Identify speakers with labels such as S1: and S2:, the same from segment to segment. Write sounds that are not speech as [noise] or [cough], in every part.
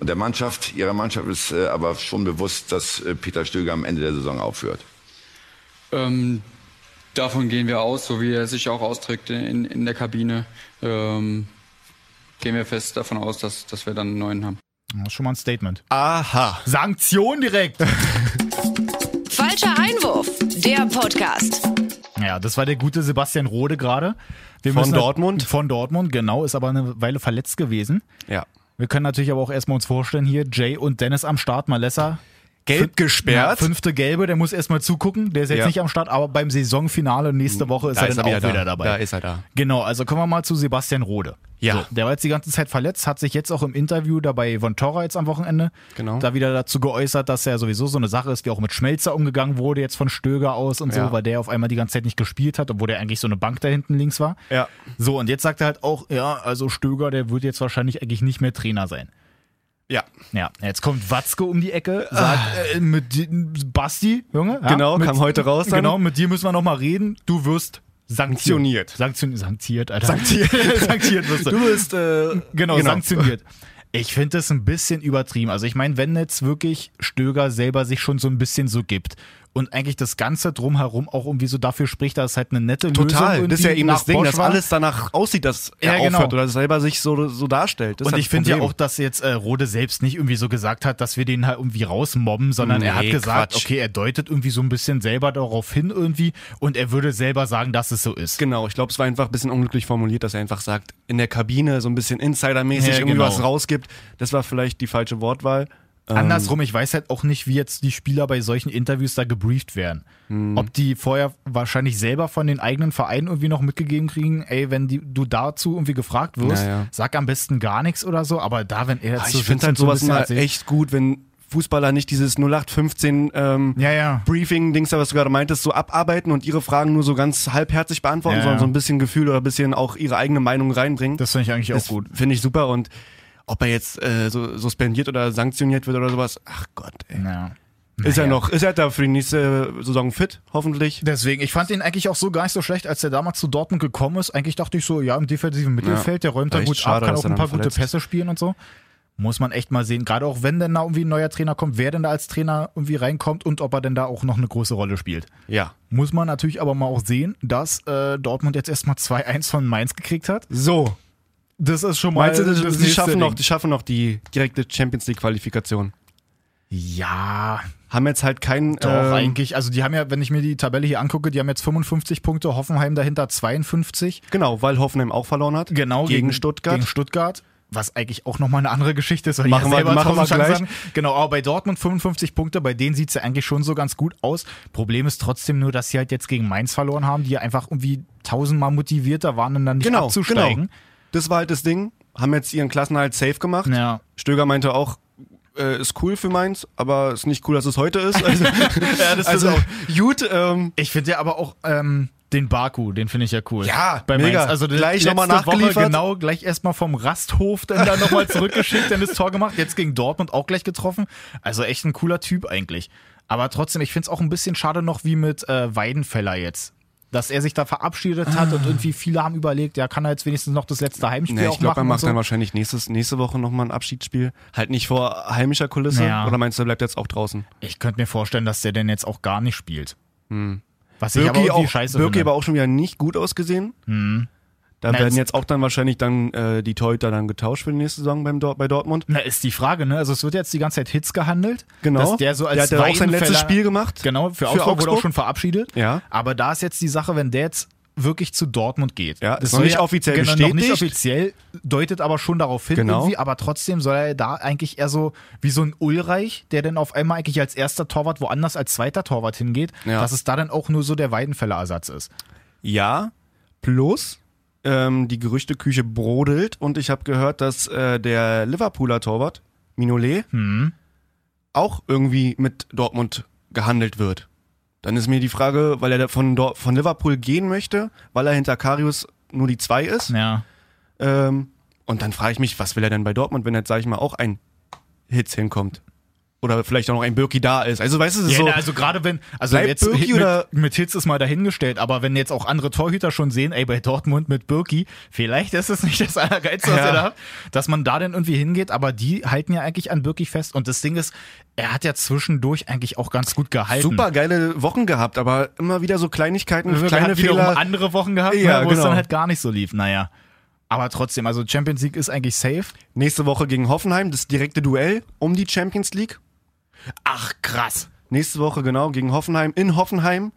S1: Und der Mannschaft, ihrer Mannschaft ist äh, aber schon bewusst, dass äh, Peter Stöger am Ende der Saison aufhört.
S2: Ähm, davon gehen wir aus, so wie er sich auch ausdrückt in, in der Kabine. Ähm, gehen wir fest davon aus, dass, dass wir dann einen neuen haben.
S3: Ja, Hm, schon mal ein Statement.
S4: Aha.
S3: Sanktion
S4: [laughs]
S3: direkt.
S5: Falscher Einwurf, der Podcast.
S3: Ja, das war der gute Sebastian Rode gerade. Wir
S4: Von
S3: müssen- halt
S4: Dortmund?
S3: Von Dortmund, genau, ist aber eine Weile verletzt gewesen.
S4: Ja.
S3: Wir können natürlich aber auch erstmal uns vorstellen, hier Jay und Dennis am Start, Malessa.
S4: Gelb
S3: Ja,
S4: gesperrt.
S3: fünfte Gelbe, der muss erstmal zugucken. Der ist jetzt
S4: Ja.
S3: nicht am Start, aber beim Saisonfinale nächste Woche ist
S4: Da
S3: er
S4: ist
S3: dann
S4: er
S3: auch
S4: wieder
S3: wieder
S4: da.
S3: dabei.
S4: Da ist er da.
S3: Genau, also kommen wir mal zu Sebastian Rode.
S4: Ja.
S3: der war jetzt die ganze Zeit verletzt, hat sich jetzt auch im Interview dabei Von Torra jetzt am Wochenende
S4: Genau.
S3: da wieder dazu geäußert, dass er sowieso so eine Sache ist, wie auch mit Schmelzer umgegangen wurde, jetzt von Stöger aus und
S4: Ja.
S3: so, weil der auf einmal die ganze Zeit nicht gespielt hat, obwohl der eigentlich so eine Bank da hinten links war.
S4: Ja.
S3: So, und jetzt sagt er halt auch, ja, also Stöger, der wird jetzt wahrscheinlich eigentlich nicht mehr Trainer sein.
S4: Ja.
S3: Ja, jetzt kommt Watzke um die Ecke, sagt äh, mit di- Basti, Junge. Ja,
S4: Ah. Genau,
S3: mit,
S4: kam heute raus dann.
S3: Genau, mit dir müssen wir nochmal reden. Du wirst sanktioniert. Sanktion,
S4: Sanktioniert.
S3: sanktiert, Alter.
S4: Sanktiert.
S3: [laughs] sanktiert wirst du.
S4: Du bist, äh,
S3: genau,
S4: genau.
S3: sanktioniert. Ich finde das ein bisschen übertrieben. Also ich meine, wenn jetzt wirklich Stöger selber sich schon so ein bisschen so gibt und eigentlich das Ganze drumherum auch irgendwie so dafür spricht, dass es halt eine nette
S4: total.
S3: Lösung
S4: das ist ja
S3: irgendwie
S4: eben das
S3: nach
S4: Ding,
S3: Bosch
S4: dass
S3: war.
S4: alles danach aussieht, dass er
S3: Ja, genau.
S4: aufhört oder selber sich so, so darstellt. Das ist
S3: Und
S4: halt
S3: ich finde ja
S4: Problem.
S3: auch, dass jetzt äh, Rode selbst nicht irgendwie so gesagt hat, dass wir den halt irgendwie rausmobben, sondern er hat
S4: Nee,
S3: gesagt,
S4: Quatsch.
S3: okay, er deutet irgendwie so ein bisschen selber darauf hin irgendwie und er würde selber sagen, dass es so ist.
S4: Genau, ich glaube, es war einfach ein bisschen unglücklich formuliert, dass er einfach sagt, in der Kabine so ein bisschen insidermäßig
S3: Ja,
S4: irgendwie
S3: genau.
S4: was rausgibt. Das war vielleicht die falsche Wortwahl. Ähm,
S3: Andersrum, ich weiß halt auch nicht, wie jetzt die Spieler bei solchen Interviews da gebrieft werden.
S4: Mhm.
S3: Ob die vorher wahrscheinlich selber von den eigenen Vereinen irgendwie noch mitgegeben kriegen, ey, wenn die, du dazu irgendwie gefragt wirst,
S4: Naja.
S3: sag am besten gar nichts oder so, aber da, wenn er jetzt
S4: Ah,
S3: so
S4: ich finde
S3: sitzt
S4: halt
S3: und so ein
S4: sowas
S3: bisschen
S4: mal
S3: erzählt-
S4: echt gut, wenn Fußballer nicht dieses 0815 ähm,
S3: Ja, ja.
S4: Briefing-Dings, da was du gerade meintest, so abarbeiten und ihre Fragen nur so ganz halbherzig beantworten,
S3: Ja,
S4: sondern
S3: ja.
S4: so ein bisschen Gefühl oder ein bisschen auch ihre eigene Meinung reinbringen.
S3: Das finde ich eigentlich auch
S4: Das
S3: gut.
S4: Finde ich super und ob er jetzt äh, so suspendiert oder sanktioniert wird oder sowas, ach Gott, ey.
S3: Ja.
S4: Ist er noch, ist er da für die nächste Saison fit, hoffentlich?
S3: Deswegen, ich fand ihn eigentlich auch so gar nicht so schlecht, als er damals zu Dortmund gekommen ist. Eigentlich dachte ich so, ja, im defensiven Mittelfeld, der räumt da
S4: Echt
S3: gut
S4: schade,
S3: ab, kann
S4: dass
S3: auch
S4: er
S3: ein paar
S4: dann
S3: gute
S4: verletzt
S3: Pässe spielen und so. Muss man echt mal sehen. Gerade auch wenn denn da irgendwie ein neuer Trainer kommt, wer denn da als Trainer irgendwie reinkommt und ob er denn da auch noch eine große Rolle spielt.
S4: Ja.
S3: Muss man natürlich aber mal auch sehen, dass äh, Dortmund jetzt erstmal 2-1 von Mainz gekriegt hat.
S4: So.
S3: Das ist schon mal
S4: Meinst du, das, die,
S3: nächste
S4: schaffen
S3: Ding.
S4: noch, die schaffen noch die direkte Champions League Qualifikation?
S3: Ja,
S4: Haben jetzt halt keinen.
S3: doch,
S4: ähm,
S3: eigentlich. Also die haben ja, wenn ich mir die Tabelle hier angucke, die haben jetzt 55 Punkte, Hoffenheim dahinter 52.
S4: Genau, weil Hoffenheim auch verloren hat.
S3: Genau,
S4: Gegen, Stuttgart.
S3: Gegen Stuttgart. Was eigentlich auch nochmal eine andere Geschichte ist. weil die ja
S4: Machen wir-
S3: selber
S4: machen wir
S3: tausend Chancen
S4: gleich.
S3: hatten. Genau, aber bei Dortmund 55 Punkte, bei denen sieht es ja eigentlich schon so ganz gut aus. Problem ist trotzdem nur, dass sie halt jetzt gegen Mainz verloren haben, die ja einfach irgendwie tausendmal motivierter waren, um dann nicht
S4: genau, genau.
S3: abzusteigen.
S4: Das war halt das Ding. Haben jetzt ihren Klassenhalt safe gemacht.
S3: Ja.
S4: Stöger meinte auch, äh, ist cool für Mainz, aber ist nicht cool, dass es heute ist. [laughs] Also, ja,
S3: [laughs]
S4: das
S3: Also-
S4: auch gut. Ähm,
S3: Ich finde ja aber auch ähm, den Baku, den finde ich ja cool.
S4: Ja,
S3: bei
S4: mega.
S3: Mainz. Also die
S4: Gleich
S3: letzte
S4: nochmal
S3: Woche
S4: nachgeliefert.
S3: genau, gleich erstmal vom Rasthof dann da nochmal zurückgeschickt, dann das Tor gemacht, jetzt gegen Dortmund auch gleich getroffen. Also echt ein cooler Typ eigentlich. Aber trotzdem, ich finde es auch ein bisschen schade noch wie mit äh, Weidenfeller jetzt. Dass er sich da verabschiedet hat und irgendwie viele haben überlegt, ja, kann er jetzt wenigstens noch das letzte Heimspiel
S4: nee,
S3: auch
S4: ich glaube, er
S3: machen. und
S4: macht
S3: so.
S4: dann wahrscheinlich nächstes, nächste Woche nochmal ein Abschiedsspiel. Halt nicht vor heimischer Kulisse.
S3: Ja.
S4: Oder meinst du, er bleibt jetzt auch draußen?
S3: ich könnte mir vorstellen, dass der denn jetzt auch gar nicht spielt. Was ich aber
S4: Hm. Birki,
S3: irgendwie
S4: auch,
S3: scheiße
S4: Birki
S3: finde.
S4: aber auch schon wieder nicht gut ausgesehen. Da
S3: Na,
S4: werden
S3: jetzt-
S4: jetzt auch dann wahrscheinlich dann äh, die Torhüter dann getauscht für die nächste Saison beim Dor bei Dortmund.
S3: Na, ist die Frage, ne? Also es wird jetzt die ganze Zeit Hits gehandelt.
S4: Genau.
S3: Dass der so als
S4: Der hat ja auch sein letztes
S3: Weidenfeller-
S4: Spiel gemacht.
S3: Genau, für,
S4: Für
S3: Augsburg, wurde auch
S4: Augsburg.
S3: schon verabschiedet.
S4: Ja.
S3: Aber da ist jetzt die Sache, wenn der jetzt wirklich zu Dortmund geht.
S4: Ja, ist noch
S3: soll
S4: nicht offiziell
S3: genau, Noch nicht
S4: bestätigt.
S3: offiziell, deutet aber schon darauf hin
S4: Genau.
S3: irgendwie, aber trotzdem soll er da eigentlich eher so wie so ein Ulreich, der dann auf einmal eigentlich als erster Torwart woanders als zweiter Torwart hingeht,
S4: Ja.
S3: dass es da dann auch nur so der Weidenfeller-Ersatz ist.
S4: Ja, plus ähm, die Gerüchteküche brodelt und ich habe gehört, dass äh, der Liverpooler Torwart Minolet
S3: Hm.
S4: auch irgendwie mit Dortmund gehandelt wird. Dann ist mir die Frage, weil er da von, Dor von Liverpool gehen möchte, weil er hinter Karius nur die zwei ist.
S3: Ja.
S4: Ähm, und dann frage ich mich, was will er denn bei Dortmund, wenn jetzt, sage ich mal, auch ein Hitz hinkommt? Oder vielleicht auch noch ein Birki da ist. Also weißt du, es ist
S3: Ja,
S4: so,
S3: na, also gerade wenn, also
S4: Bleibt
S3: jetzt
S4: Birki
S3: mit,
S4: oder-
S3: mit Hitz ist mal dahingestellt, aber wenn jetzt auch andere Torhüter schon sehen, ey, bei Dortmund mit Birki, vielleicht ist es nicht das Allergeilste, was
S4: Ja.
S3: ihr da habt, dass man da dann irgendwie hingeht, aber die halten ja eigentlich an Birki fest und das Ding ist, er hat ja zwischendurch eigentlich auch ganz gut gehalten.
S4: super geile Wochen gehabt, aber immer wieder so Kleinigkeiten,
S3: Wir
S4: kleine
S3: hatten wiederum
S4: Fehler.
S3: andere Wochen gehabt,
S4: Ja,
S3: ne, wo es
S4: genau.
S3: dann halt gar nicht so lief, naja. Aber trotzdem, also Champions League ist eigentlich safe.
S4: Nächste Woche gegen Hoffenheim, das direkte Duell um die Champions League.
S3: Ach, krass.
S4: Nächste Woche genau gegen Hoffenheim in Hoffenheim.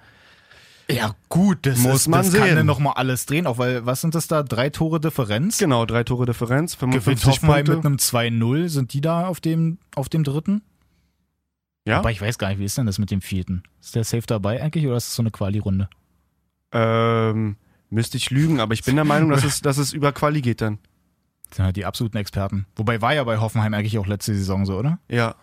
S3: Ja, gut, das
S4: Muss
S3: ist,
S4: man
S3: das
S4: sehen.
S3: kann dann nochmal alles drehen, auch weil, was sind das da, drei Tore Differenz?
S4: Genau, drei Tore Differenz,
S3: Gewinnt
S4: 55
S3: Hoffenheim
S4: Punkte.
S3: mit einem 2-0, sind die da auf dem, auf dem dritten?
S4: Ja.
S3: Aber ich weiß gar nicht, wie ist denn das mit dem vierten? Ist der safe dabei eigentlich oder ist das so eine Quali-Runde?
S4: ähm, müsste ich lügen, aber ich bin der Meinung, dass es, dass es über Quali geht dann.
S3: Das sind halt die absoluten Experten. Wobei war ja bei Hoffenheim eigentlich auch letzte Saison so,
S4: [laughs]
S3: oder?
S4: Ja.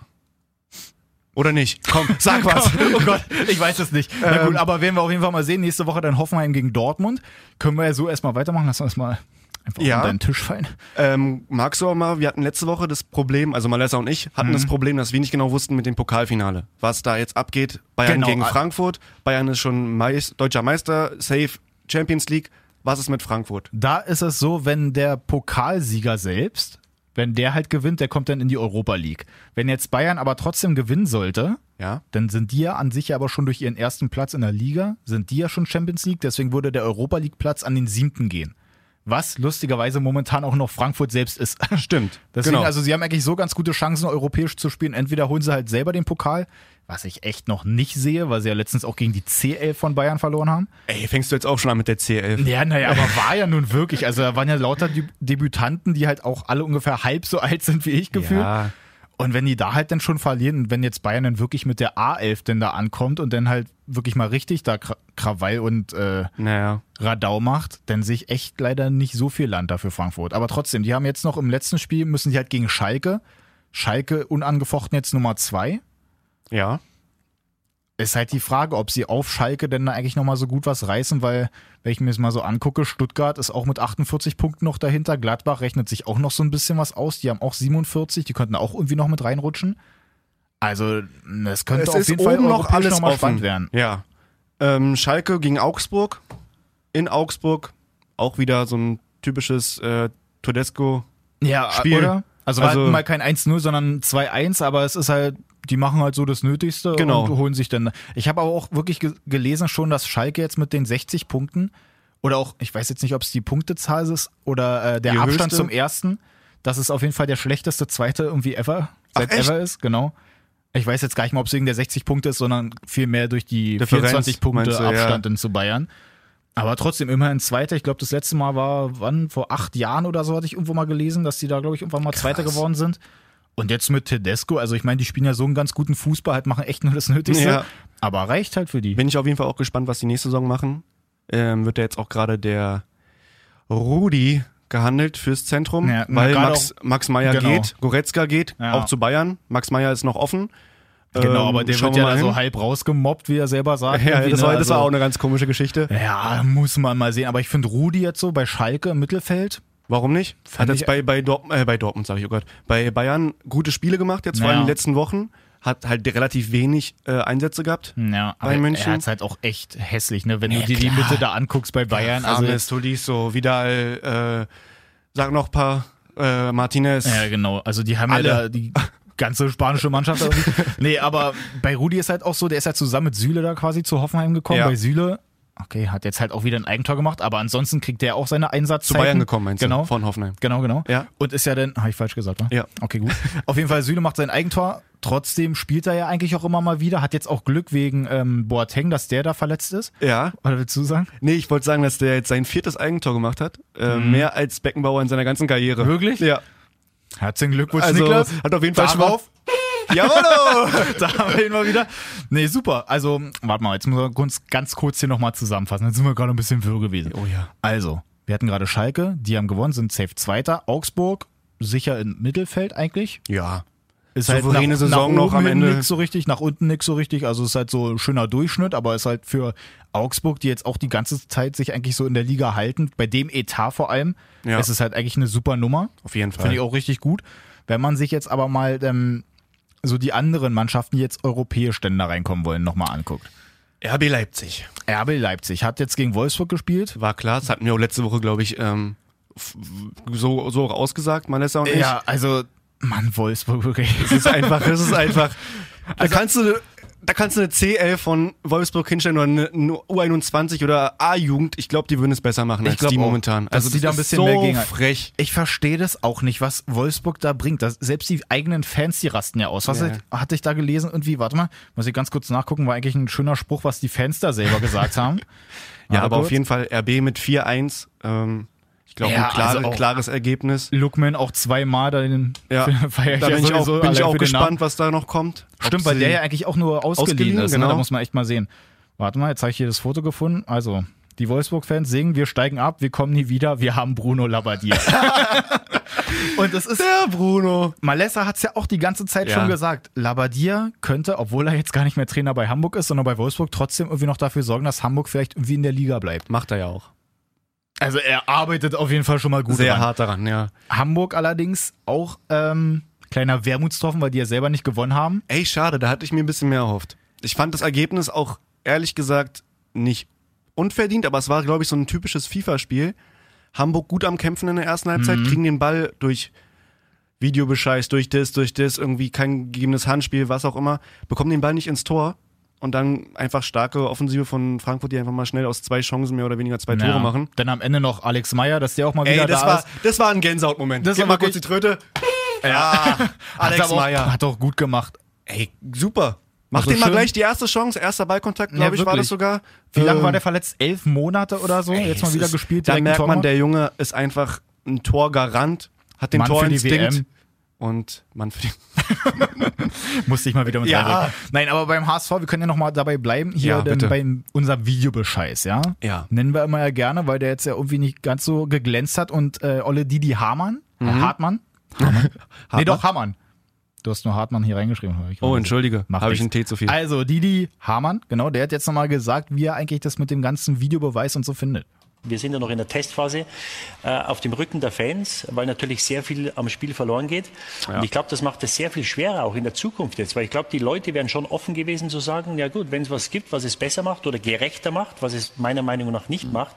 S4: Oder nicht? Komm,
S3: [laughs]
S4: sag was.
S3: Oh Gott, ich weiß es nicht. Na
S4: Ähm.
S3: gut, aber werden wir auf jeden Fall mal sehen. Nächste Woche dann Hoffenheim gegen Dortmund. Können wir ja so erstmal weitermachen. Lass uns mal einfach
S4: Ja.
S3: um deinen Tisch fallen.
S4: Ähm, magst du auch mal, wir hatten letzte Woche das Problem, also Malessa und ich hatten
S3: Mhm.
S4: das Problem, dass wir nicht genau wussten mit dem Pokalfinale, was da jetzt abgeht. Bayern
S3: Genau.
S4: gegen Frankfurt, Bayern ist schon Meis deutscher Meister, safe Champions League. Was ist mit Frankfurt?
S3: Da ist es so, wenn der Pokalsieger selbst, wenn der halt gewinnt, der kommt dann in die Europa League. Wenn jetzt Bayern aber trotzdem gewinnen sollte,
S4: Ja,
S3: dann sind die ja an sich ja aber schon durch ihren ersten Platz in der Liga, sind die ja schon Champions League, deswegen würde der Europa League Platz an den siebten gehen. Was lustigerweise momentan auch noch Frankfurt selbst ist. [laughs]
S4: stimmt.
S3: Deswegen,
S4: genau.
S3: also sie haben eigentlich so ganz gute Chancen, europäisch zu spielen. Entweder holen sie halt selber den Pokal, was ich echt noch nicht sehe, weil sie ja letztens auch gegen die C11 von Bayern verloren haben.
S4: Ey, fängst du jetzt auch schon an mit der C11?
S3: Ja, naja, aber war ja nun wirklich. Also da waren ja lauter Dü- Debütanten, die halt auch alle ungefähr halb so alt sind wie ich gefühlt.
S4: Ja.
S3: Und wenn die da halt dann schon verlieren und wenn jetzt Bayern dann wirklich mit der A11 denn da ankommt und dann halt wirklich mal richtig da Kra Krawall und äh,
S4: Naja.
S3: Radau macht, dann sehe ich echt leider nicht so viel Land dafür Frankfurt. Aber trotzdem, die haben jetzt noch im letzten Spiel, müssen die halt gegen Schalke. Schalke unangefochten jetzt Nummer zwei.
S4: Ja.
S3: Ist halt die Frage, ob sie auf Schalke denn da eigentlich nochmal so gut was reißen, weil, wenn ich mir das mal so angucke, Stuttgart ist auch mit 48 Punkten noch dahinter. Gladbach rechnet sich auch noch so ein bisschen was aus. Die haben auch 47, die könnten auch irgendwie noch mit reinrutschen. Also, das könnte auf jeden Fall europäisch noch mal spannend werden.
S4: Ja. Ähm, Schalke gegen Augsburg. In Augsburg auch wieder so ein typisches äh, Tedesco.
S3: Ja,
S4: Spiel.
S3: oder? Also, war
S4: Also-
S3: halt mal kein 1-0, sondern 2-1, aber es ist halt, die machen halt so das Nötigste
S4: Genau.
S3: und holen sich dann. Ich habe aber auch wirklich ge gelesen schon, dass Schalke jetzt mit den 60 Punkten oder auch, ich weiß jetzt nicht, ob es die Punktezahl ist oder äh, der
S4: Die
S3: Abstand
S4: höchste?
S3: zum ersten, dass es auf jeden Fall der schlechteste zweite irgendwie ever, seit
S4: echt?
S3: ever ist, genau. Ich weiß jetzt gar nicht mal, ob es wegen der 60 Punkte ist, sondern vielmehr durch die
S4: Differenz,
S3: 24 Punkte
S4: meinst du, ja.
S3: Abstand dann zu Bayern. Aber trotzdem immerhin Zweiter. Ich glaube, das letzte Mal war, wann, vor acht Jahren oder so hatte ich irgendwo mal gelesen, dass die da, glaube ich, irgendwann mal Zweiter geworden sind. Und jetzt mit Tedesco, also ich meine, die spielen ja so einen ganz guten Fußball, halt machen echt nur das Nötigste.
S4: Ja. Ähm,
S3: Aber reicht halt für die.
S4: Bin ich auf jeden Fall auch gespannt, was die nächste Saison machen. Ähm, wird ja jetzt auch gerade der Rudi gehandelt fürs Zentrum,
S3: Ja, na,
S4: weil
S3: gerade
S4: Max, Max Meyer
S3: genau.
S4: geht, Goretzka geht,
S3: Ja.
S4: auch zu Bayern. Max Meyer ist noch offen.
S3: Genau, aber
S4: Ähm,
S3: der
S4: schauen
S3: wird
S4: wir
S3: ja
S4: mal
S3: da so
S4: hin.
S3: halb rausgemobbt, wie er selber sagt.
S4: [laughs] Ja,
S3: Irgendwie,
S4: das
S3: ne,
S4: war, das war
S3: also-
S4: auch eine ganz komische Geschichte.
S3: Ja, muss man mal sehen. Aber ich finde Rudi jetzt so bei Schalke im Mittelfeld.
S4: Warum nicht? Hat
S3: Fand
S4: jetzt
S3: ich-
S4: bei, bei, Dortmund, äh, bei Dortmund, sag ich, oh Gott, bei Bayern gute Spiele gemacht, jetzt vor allem
S3: Ja.
S4: in den letzten Wochen. Hat halt relativ wenig äh, Einsätze gehabt.
S3: Ja,
S4: Bei
S3: aber
S4: München?
S3: er hat's halt auch echt hässlich, ne? Wenn du dir die Mitte da anguckst bei Bayern. also
S4: Rames, Tolisso, Vidal, äh, sag noch ein paar, äh, Martinez.
S3: Ja, genau. Also die haben
S4: Alle.
S3: ja da die ganze spanische Mannschaft. irgendwie.
S4: [laughs]
S3: nee, aber bei Rudi ist halt auch so, der ist ja zusammen mit Süle da quasi zu Hoffenheim gekommen.
S4: Ja.
S3: Bei Süle, okay, hat jetzt halt auch wieder ein Eigentor gemacht, aber ansonsten kriegt der auch seine Einsatzzeiten.
S4: zu Bayern gekommen, meinst
S3: genau.
S4: du? Von Hoffenheim.
S3: Genau, genau.
S4: Ja.
S3: Und ist ja dann, habe ich falsch gesagt, ne?
S4: Ja.
S3: Okay,
S4: [laughs]
S3: gut. Auf jeden Fall, Süle macht sein Eigentor. Trotzdem spielt er ja eigentlich auch immer mal wieder. Hat jetzt auch Glück wegen ähm, Boateng, dass der da verletzt ist.
S4: Ja.
S3: Oder willst du sagen?
S4: Nee, ich wollte sagen, dass der jetzt sein viertes Eigentor gemacht hat. Äh, Mehr als Beckenbauer in seiner ganzen Karriere.
S3: Mhm. Wirklich?
S4: Ja.
S3: Herzlichen Glückwunsch,
S4: Also,
S3: Niklas.
S4: hat auf jeden Fall
S3: Da haben wir-
S4: Schmauf. [laughs] Jawollo!
S3: [laughs] da haben wir ihn mal wieder. Nee, super. Also, warte mal, jetzt müssen wir uns ganz kurz hier nochmal zusammenfassen. Jetzt sind wir gerade ein bisschen wirr gewesen.
S4: Oh ja.
S3: Also, wir hatten gerade Schalke, die haben gewonnen, sind safe Zweiter. Augsburg, sicher im Mittelfeld eigentlich.
S4: ja.
S3: Ist halt
S4: Souveräne Saison noch
S3: oben
S4: am
S3: hin
S4: Ende.
S3: Nix so richtig, nach unten nix so richtig. Also, es ist halt so ein schöner Durchschnitt, aber ist halt für Augsburg, die jetzt auch die ganze Zeit sich eigentlich so in der Liga halten, bei dem Etat vor allem,
S4: Ja.
S3: ist es halt eigentlich eine super Nummer.
S4: Auf jeden
S3: Finde ich
S4: Fall.
S3: auch richtig gut. Wenn man sich jetzt aber mal ähm, so die anderen Mannschaften, die jetzt europäisch denn da reinkommen wollen, nochmal anguckt.
S4: RB Leipzig.
S3: RB Leipzig hat jetzt gegen Wolfsburg gespielt.
S4: War klar, das hatten wir auch letzte Woche, glaube ich, ähm, f- so, so ausgesagt, Manessa und ich.
S3: Ja, also, Mann, Wolfsburg [laughs] wirklich.
S4: Es ist einfach, es
S3: [laughs]
S4: ist einfach.
S3: Also
S4: Da kannst du, da kannst du eine C11 von Wolfsburg hinstellen oder eine, eine U21 oder A-Jugend. Ich glaube, die würden es besser machen als
S3: glaub
S4: die
S3: auch,
S4: momentan. Also
S3: dass die da ein
S4: ist
S3: bisschen
S4: so
S3: mehr gegen-
S4: frech.
S3: Ich verstehe das auch nicht, was Wolfsburg da bringt. Das, selbst die eigenen Fans, die rasten ja aus. Was
S4: Ja.
S3: hat- hatte ich da gelesen? Irgendwie, warte mal, muss ich ganz kurz nachgucken, war eigentlich ein schöner Spruch, was die Fans da selber gesagt [laughs] haben.
S4: Ja,
S3: Warte
S4: aber
S3: kurz.
S4: auf jeden Fall RB mit 4-1. Ähm, ich glaube,
S3: Ja,
S4: ein klare,
S3: also auch-
S4: klares Ergebnis.
S3: Lookman auch zweimal den
S4: Ja,
S3: [laughs] feier ich
S4: da
S3: ja
S4: bin ich auch,
S3: sowieso
S4: bin ich
S3: allein
S4: auch
S3: für den Namen.
S4: gespannt, was da noch kommt.
S3: Stimmt,
S4: Ob
S3: weil der
S4: sie-
S3: ja eigentlich auch nur ausgeliehen,
S4: Ausgeliehen,
S3: ist. Ne? Da
S4: genau.
S3: muss man echt mal sehen. Warte mal, jetzt habe ich hier das Foto gefunden. Also, die Wolfsburg-Fans singen, wir steigen ab, wir kommen nie wieder, wir haben Bruno Labbadia. [laughs] Und es ist
S4: Der Bruno.
S3: Malessa hat es ja auch die ganze Zeit
S4: Ja.
S3: schon gesagt. Labadia könnte, obwohl er jetzt gar nicht mehr Trainer bei Hamburg ist, sondern bei Wolfsburg, trotzdem irgendwie noch dafür sorgen, dass Hamburg vielleicht irgendwie in der Liga bleibt.
S4: Macht er ja auch.
S3: Also er arbeitet auf jeden Fall schon mal gut.
S4: Sehr
S3: dran.
S4: hart daran, ja.
S3: Hamburg allerdings auch ähm, kleiner Wermutstropfen, weil die ja selber nicht gewonnen haben.
S4: Ey, schade, da hatte ich mir ein bisschen mehr erhofft. Ich fand das Ergebnis auch ehrlich gesagt nicht unverdient, aber es war, glaube ich, so ein typisches FIFA-Spiel. Hamburg gut am Kämpfen in der ersten Halbzeit,
S3: Mhm.
S4: kriegen den Ball durch Videobescheiß, durch das, durch das, irgendwie kein gegebenes Handspiel, was auch immer, bekommen den Ball nicht ins Tor und dann einfach starke Offensive von Frankfurt, die einfach mal schnell aus zwei Chancen mehr oder weniger zwei
S3: Ja.
S4: Tore machen.
S3: Dann am Ende noch Alex Meyer, dass der auch mal
S4: Ey,
S3: wieder
S4: das,
S3: da
S4: war,
S3: ist.
S4: das war ein Gänsehaut-Moment.
S3: Das
S4: Gib
S3: war
S4: mal kurz die
S3: wirklich-
S4: Tröte.
S3: [laughs]
S4: Ja,
S3: hat
S4: Alex
S3: aber
S4: Meyer.
S3: Auch, hat auch gut gemacht.
S4: Ey, super. Mach
S3: Also
S4: den mal
S3: schön.
S4: gleich die erste Chance, erster Ballkontakt,
S3: Ja,
S4: glaube ich, war
S3: wirklich.
S4: das sogar.
S3: Wie lange
S4: Ähm,
S3: war der verletzt? Elf Monate oder so?
S4: ey,
S3: jetzt mal
S4: es
S3: wieder
S4: ist-
S3: gespielt.
S4: Da
S3: direkt ein
S4: merkt
S3: Tor
S4: man,
S3: gemacht.
S4: der Junge ist einfach ein Torgarant, hat den
S3: Mann für die
S4: Torinstinkt
S3: WM.
S4: und Mann für die.
S3: Musste ich mal wieder mit
S4: Ja.
S3: reinbringen. Nein, aber beim HSV, wir können ja noch mal dabei bleiben, hier
S4: Ja,
S3: denn
S4: bitte.
S3: bei unserem Videobescheiß, ja?
S4: Ja.
S3: Nennen wir immer ja gerne, weil der jetzt ja irgendwie nicht ganz so geglänzt hat und äh, Olle Didi Hamann, äh,
S4: Mhm.
S3: Hartmann? Hartmann? [laughs] Nee, doch, Hamann. Du hast nur Hartmann hier reingeschrieben. hab Ich
S4: Oh, entschuldige,
S3: Macht
S4: habe ich einen
S3: nichts.
S4: Tee zu viel.
S3: Also, Didi Hamann, genau, der hat jetzt nochmal gesagt, wie er eigentlich das mit dem ganzen Videobeweis und so findet.
S6: Wir sind ja noch in der Testphase äh, auf dem Rücken der Fans, weil natürlich sehr viel am Spiel verloren geht. Und ich glaube, das macht es sehr viel schwerer, auch in der Zukunft jetzt, weil ich glaube, die Leute wären schon offen gewesen zu sagen, ja gut, wenn es was gibt, was es besser macht oder gerechter macht, was es meiner Meinung nach nicht macht,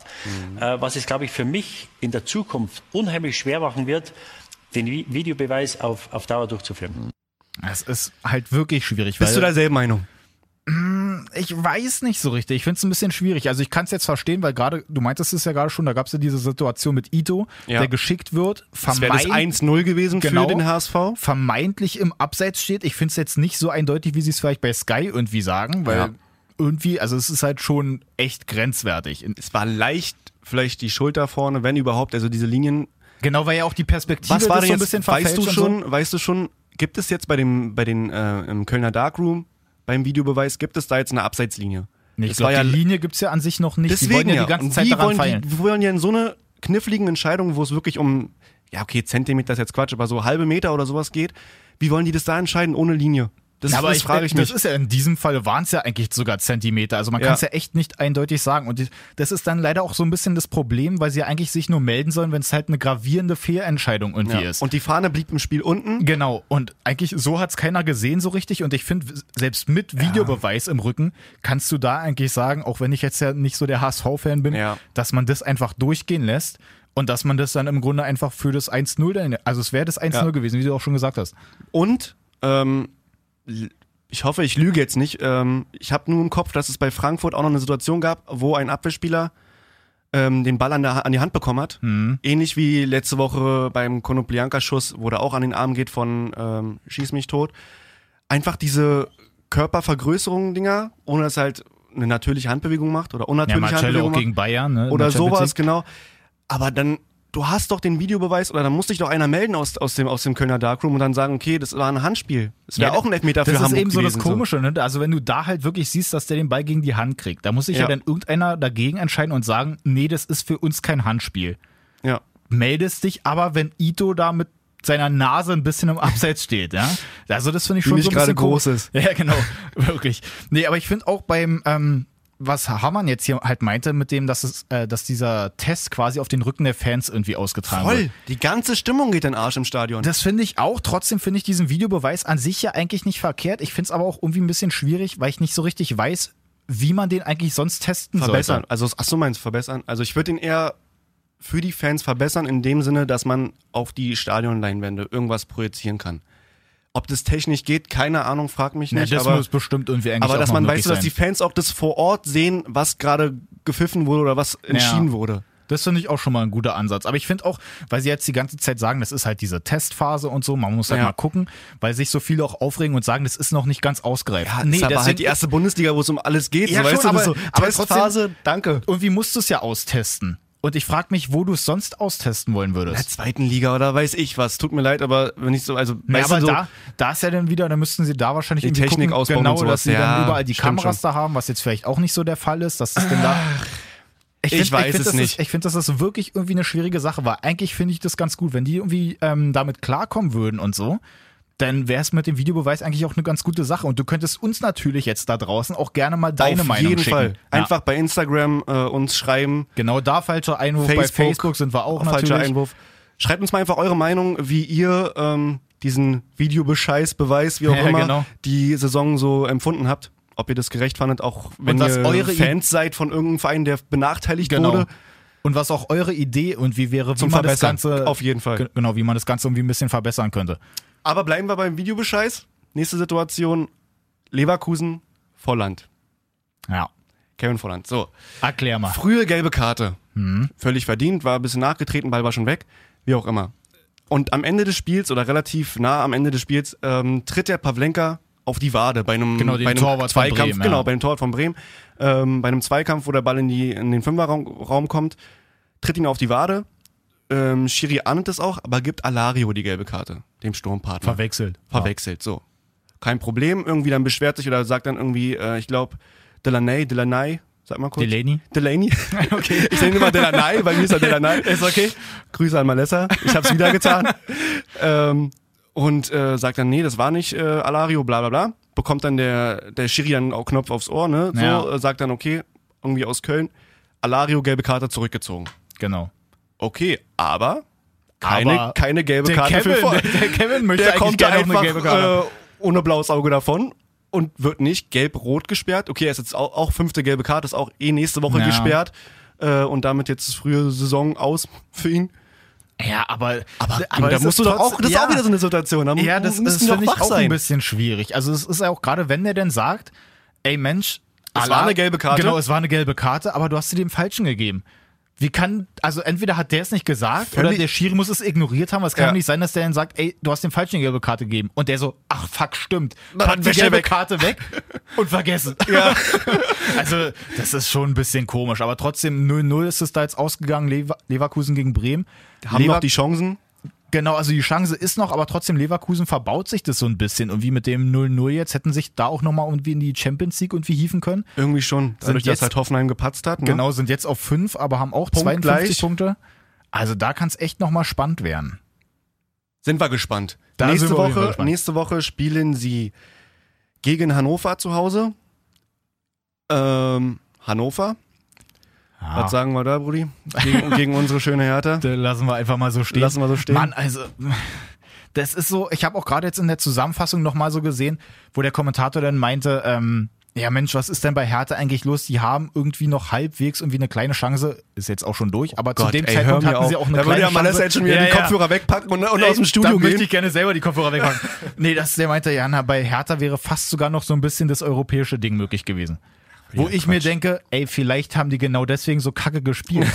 S6: äh, was es, glaube ich, für mich in der Zukunft unheimlich schwer machen wird, den Vi- Videobeweis auf, auf Dauer durchzuführen.
S3: Das ist halt wirklich schwierig.
S4: Bist
S3: weil
S4: du derselben Meinung?
S3: ich weiß nicht so richtig. Ich finde es ein bisschen schwierig. Also ich kann es jetzt verstehen, weil gerade, du meintest es ja gerade schon, da gab es ja diese Situation mit Ito,
S4: Ja.
S3: der geschickt wird,
S4: Das wäre das
S3: vermeint,
S4: 1-0 gewesen
S3: Genau.
S4: für den HSV.
S3: vermeintlich im Abseits steht. Ich finde es jetzt nicht so eindeutig, wie sie es vielleicht bei Sky irgendwie sagen, weil
S4: Ja.
S3: irgendwie, also es ist halt schon echt grenzwertig. In-
S4: Es war leicht, vielleicht die Schulter vorne, wenn überhaupt, also diese Linien.
S3: Genau, weil ja auch die Perspektive
S4: Was war
S3: das
S4: denn
S3: so ein
S4: jetzt?
S3: bisschen
S4: weißt
S3: verfälscht
S4: du
S3: und
S4: schon, weißt du schon, gibt es jetzt bei dem, bei den äh, im Kölner Darkroom beim Videobeweis, gibt es da jetzt eine Abseitslinie?
S3: So. Ich
S4: Es
S3: glaube,
S4: war ja-
S3: die Linie gibt es ja an sich noch nicht. die
S4: Deswegen
S3: wollen ja,
S4: ja.
S3: die ganze
S4: Und
S3: Zeit
S4: wie
S3: daran
S4: wollen
S3: feilen.
S4: Die, wir wollen ja in so eine kniffligen Entscheidung, wo es wirklich um, ja okay, Zentimeter ist jetzt Quatsch, aber so halbe Meter oder sowas geht. Wie wollen die das da entscheiden ohne Linie? Das,
S3: Na, aber
S4: das
S3: ich,
S4: frage ich
S3: das
S4: mich.
S3: ist ja in diesem Fall waren es ja eigentlich sogar Zentimeter. Also man
S4: Ja.
S3: kann es ja echt nicht eindeutig sagen. Und die- das ist dann leider auch so ein bisschen das Problem, weil sie ja eigentlich sich nur melden sollen, wenn es halt eine gravierende Fehlentscheidung irgendwie
S4: ja.
S3: ist.
S4: Und die Fahne blieb im Spiel unten.
S3: genau. Und eigentlich so hat es keiner gesehen so richtig. Und ich finde, selbst mit Videobeweis im Rücken kannst du da eigentlich sagen, auch wenn ich jetzt ja nicht so der HSV-Fan bin,
S4: Ja.
S3: dass man das einfach durchgehen lässt. Und dass man das dann im Grunde einfach für das 1-0, dann- also es wäre das 1-0
S4: Ja.
S3: gewesen, wie du auch schon gesagt hast.
S4: Und ähm, l- ich hoffe, ich lüge jetzt nicht. Ähm, ich habe nur im Kopf, dass es bei Frankfurt auch noch eine Situation gab, wo ein Abwehrspieler ähm, den Ball an, der, Ha- an die Hand bekommen hat.
S3: Mhm.
S4: Ähnlich wie letzte Woche beim Konoplianka-Schuss, wo der auch an den Arm geht von ähm, Schieß mich tot. Einfach diese Körpervergrößerung-Dinger, ohne dass er halt eine natürliche Handbewegung macht oder
S3: Ja,
S4: unnatürliche
S3: Marcello
S4: Handbewegung.
S3: auch
S4: macht
S3: gegen Bayern. Ne? in
S4: oder
S3: der Champions League.
S4: sowas, genau. Aber dann, du hast doch den Videobeweis oder dann muss dich doch einer melden aus, aus, dem, aus dem Kölner Darkroom und dann sagen, okay, das war ein Handspiel. Das wäre
S3: Ja,
S4: auch ein Elfmeter
S3: das
S4: für Hamburg
S3: ist eben so
S4: gewesen.
S3: das Komische, ne? Also wenn du da halt wirklich siehst, dass der den Ball gegen die Hand kriegt, da muss sich ja.
S4: Ja.
S3: dann irgendeiner dagegen entscheiden und sagen, nee, das ist für uns kein Handspiel.
S4: So. Ja.
S3: Meldest dich aber, wenn Ito da mit seiner Nase ein bisschen im Abseits steht, ja? Also das finde ich
S4: Die
S3: schon [laughs]
S4: nicht
S3: so ein bisschen
S4: gerade groß
S3: komisch.
S4: ist.
S3: Ja, genau, wirklich. Nee, aber ich finde auch beim ähm, was Hamann jetzt hier halt meinte, mit dem, dass, es, äh, dass dieser Test quasi auf den Rücken der Fans irgendwie ausgetragen wird.
S4: Voll, die ganze Stimmung geht in den Arsch im Stadion.
S3: Das finde ich auch. Trotzdem finde ich diesen Videobeweis an sich ja eigentlich nicht verkehrt. Ich finde es aber auch irgendwie ein bisschen schwierig, weil ich nicht so richtig weiß, wie man den eigentlich sonst testen
S4: verbessern.
S3: sollte.
S4: Also, ach so, meinst du verbessern? Also, ich würde ihn eher für die Fans verbessern, in dem Sinne, dass man auf die Stadionleinwände irgendwas projizieren kann. Ob das technisch geht, keine Ahnung, frag mich
S3: Ja,
S4: nicht.
S3: das
S4: aber,
S3: muss bestimmt irgendwie eigentlich
S4: aber
S3: auch
S4: dass
S3: noch
S4: man
S3: möglich
S4: weiß, dass
S3: sein.
S4: die Fans auch das vor Ort sehen, was gerade gepfiffen wurde oder was entschieden wurde.
S3: Das finde ich auch schon mal ein guter Ansatz. Aber ich finde auch, weil sie jetzt die ganze Zeit sagen, das ist halt diese Testphase und so, man muss halt
S4: Ja.
S3: mal gucken, weil sich so viele auch aufregen und sagen, das ist noch nicht ganz ausgereift.
S4: Ja, nee, ist aber halt die erste Bundesliga, wo es um alles geht.
S3: Ja,
S4: so, weißt
S3: schon,
S4: du, das
S3: aber-
S4: so,
S3: aber trotzdem-
S4: Testphase, danke.
S3: Irgendwie musst du es ja austesten. Und ich frage mich, wo du es sonst austesten wollen
S4: In der
S3: würdest.
S4: zweiten Liga oder weiß ich was. Tut mir leid, aber wenn ich so, also,
S3: Ja,
S4: weißt
S3: aber
S4: du, so,
S3: da, da ist ja dann wieder, da müssten sie da wahrscheinlich
S4: Die
S3: irgendwie
S4: Technik
S3: gucken,
S4: ausbauen
S3: genau,
S4: und sowas.
S3: dass sie dann
S4: Ja,
S3: überall die
S4: stimmt
S3: Kameras
S4: schon.
S3: da haben, was jetzt vielleicht auch nicht so der Fall ist, dass es denn da
S4: Ich
S3: find-
S4: weiß
S3: find,
S4: es
S3: das
S4: nicht.
S3: Ist, ich finde, das ist wirklich irgendwie eine schwierige Sache, weil eigentlich finde ich das ganz gut. Wenn die irgendwie ähm, damit klarkommen würden und so, dann wäre es mit dem Videobeweis eigentlich auch eine ganz gute Sache. Und du könntest uns natürlich jetzt da draußen auch gerne mal deine
S4: auf
S3: Meinung
S4: jeden
S3: schicken.
S4: Fall.
S3: Ja.
S4: Einfach bei Instagram äh, uns schreiben.
S3: Genau da falscher Einwurf. Bei
S4: Facebook.
S3: Facebook sind wir auch
S4: falscher
S3: natürlich.
S4: Einwurf. Schreibt uns mal einfach eure Meinung, wie ihr ähm, diesen Videobescheiß-Beweis, wie
S3: [laughs]
S4: auch
S3: Ja,
S4: immer,
S3: genau.
S4: die Saison so empfunden habt. Ob ihr das gerecht fandet, auch wenn
S3: dass
S4: ihr
S3: eure I-
S4: Fans seid von irgendeinem Verein, der benachteiligt
S3: Genau.
S4: wurde.
S3: Und was auch eure Idee und wie wäre, wie
S4: Zum
S3: man das
S4: Verbessern.
S3: Ganze
S4: Auf jeden Fall.
S3: Ge- Genau, wie man das Ganze irgendwie ein bisschen verbessern könnte.
S4: Aber bleiben wir beim Videobescheiß. Nächste Situation: Leverkusen, Volland.
S3: Ja,
S4: Kevin Volland. So.
S3: erklär mal.
S4: Frühe gelbe Karte.
S3: Mhm.
S4: Völlig verdient, war ein bisschen nachgetreten, Ball war schon weg, wie auch immer. Und am Ende des Spiels oder relativ nah am Ende des Spiels ähm, tritt der Pavlenka auf die Wade bei einem,
S3: Genau, den
S4: bei einem
S3: Torwart von
S4: Zweikampf,
S3: Bremen, ja.
S4: genau, bei dem Torwart von Bremen, ähm, bei einem Zweikampf, wo der Ball in, die, in den Fünferraum Raum kommt, tritt ihn auf die Wade. Ähm, Schiri ahnt es auch, aber gibt Alario die gelbe Karte, dem Sturmpartner
S3: Verwechselt.
S4: verwechselt. So. Kein Problem. Irgendwie dann beschwert sich oder sagt dann irgendwie, äh, ich glaube, Delaney, Delaney, sag mal kurz.
S3: Delaney? [laughs]
S4: Delaney. okay. [laughs] Ich nenne immer Delaney, bei mir ist er Delaney. Ist okay. Grüße an Malessa. Ich hab's
S3: [laughs]
S4: wieder getan. ähm, und äh, sagt dann, nee, das war nicht äh, Alario, bla bla bla. Bekommt dann der, der Schiri dann auch Knopf aufs Ohr, ne? So,
S3: Ja.
S4: äh, sagt dann, okay, irgendwie aus Köln. Alario, gelbe Karte zurückgezogen.
S3: Genau.
S4: Okay, aber keine,
S3: Aber
S4: keine gelbe
S3: Der
S4: Karte für
S3: Kevin,
S4: Voll
S3: der, der Kevin möchte
S4: der
S3: eigentlich
S4: kommt da
S3: gerne auch
S4: einfach
S3: eine gelbe Karte.
S4: Äh, ohne blaues Auge davon und wird nicht gelb-rot gesperrt. Okay, er ist jetzt auch, auch fünfte gelbe Karte, ist auch eh nächste Woche
S3: Ja.
S4: gesperrt äh, und damit jetzt das frühe Saison aus für ihn.
S3: Ja, aber,
S4: Aber da
S3: es ist
S4: musst du doch auch,
S3: trotzdem-
S4: das ist
S3: ja,
S4: auch wieder so eine Situation. Da mu-
S3: Ja, das,
S4: müssen
S3: das
S4: die
S3: finde ich
S4: wach
S3: auch ein bisschen schwierig. Also es ist ja auch gerade, wenn der denn sagt, ey Mensch,
S4: Es
S3: Allah-
S4: war eine gelbe Karte.
S3: Genau, es war eine gelbe Karte, aber du hast sie dem Falschen gegeben. Wie kann, also entweder hat der es nicht gesagt oder
S4: Völlig-
S3: der Schiri muss es ignoriert haben. Es kann
S4: Ja.
S3: doch nicht sein, dass der dann sagt, ey, du hast dem Falschen eine gelbe Karte gegeben. Und der so, ach fuck, stimmt.
S4: Dann
S3: Packt die
S4: wäscht er
S3: gelbe
S4: weg.
S3: Karte
S4: [laughs]
S3: weg und vergessen. [laughs] Also, das ist schon ein bisschen komisch. Aber trotzdem, 0-0 ist es da jetzt ausgegangen, Lever Leverkusen gegen Bremen.
S4: Haben
S3: Lever-
S4: noch die Chancen.
S3: Genau, also die Chance ist noch, aber trotzdem Leverkusen verbaut sich das so ein bisschen. Und wie mit dem 0-0 jetzt hätten sich da auch nochmal irgendwie in die Champions League irgendwie hieven können.
S4: Irgendwie schon. Dadurch, dass
S3: jetzt-
S4: halt Hoffenheim gepatzt hat. Ne?
S3: Genau, sind jetzt auf 5, aber haben auch
S4: Punkt
S3: 52
S4: gleich.
S3: Punkte. Also da kann es echt nochmal spannend werden.
S4: Sind wir gespannt.
S3: Da
S4: nächste,
S3: sind wir auf jeden Fall
S4: Woche,
S3: gespannt.
S4: nächste Woche spielen sie gegen Hannover zu Hause. Ähm, Hannover. Was sagen wir da, Brudi? [laughs] Gegen, gegen unsere schöne Hertha.
S3: Da Lassen wir einfach mal so stehen.
S4: Lassen wir so stehen.
S3: Mann, also das ist so, ich habe auch gerade jetzt in der Zusammenfassung nochmal so gesehen, wo der Kommentator dann meinte, ähm, ja Mensch, was ist denn bei Hertha eigentlich los? Die haben irgendwie noch halbwegs irgendwie eine kleine Chance, ist jetzt auch schon durch, aber zu dem Zeitpunkt hatten sie auch eine
S4: da
S3: kleine
S4: würde ja Malessa
S3: Chance.
S4: jetzt schon wieder die Kopfhörer wegpacken und, und aus dem Studio
S3: Dann möchte
S4: gehen.
S3: ich gerne selber die Kopfhörer
S4: [laughs]
S3: wegmachen. nee, das, der meinte, ja, na, bei Hertha wäre fast sogar noch so ein bisschen das europäische Ding möglich gewesen. Wo ich mir denke, ey, vielleicht haben die genau deswegen so kacke
S4: [laughs]
S3: gespielt.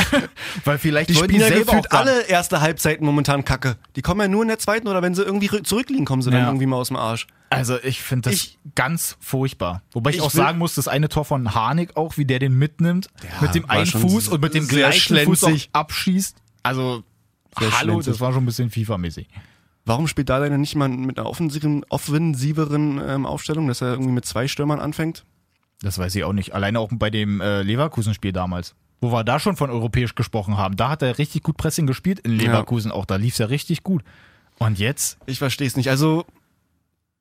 S3: Weil vielleicht
S4: Die
S3: wollten
S4: Spieler
S3: die selber auch
S4: gefühlt
S3: sagen,
S4: alle erste Halbzeiten momentan kacke. Die kommen ja nur in der zweiten oder wenn sie irgendwie rü- zurückliegen, kommen sie
S3: Ja.
S4: dann irgendwie mal aus dem Arsch.
S3: Also ich finde das
S4: Ich-
S3: ganz furchtbar. Wobei ich,
S4: Ich
S3: auch
S4: will-
S3: sagen muss, das eine Tor von Harnik auch, wie der den mitnimmt, mit dem
S4: war
S3: einen
S4: schon
S3: Fuß und mit dem
S4: sehr
S3: gleichen Fuß auch
S4: schlänzig.
S3: abschießt. Also
S4: Sehr
S3: hallo,
S4: schlänzig.
S3: das war schon ein bisschen FIFA-mäßig.
S4: Warum spielt da denn nicht mal mit einer offensiven, offensiveren ähm, Aufstellung, dass er irgendwie mit zwei Stürmern anfängt?
S3: Das weiß ich auch nicht. Alleine auch bei dem äh, Leverkusen-Spiel damals, wo wir da schon von europäisch gesprochen haben. Da hat er richtig gut Pressing gespielt in Leverkusen auch. Da lief es ja richtig gut. Und jetzt?
S4: Ich verstehe es nicht. Also,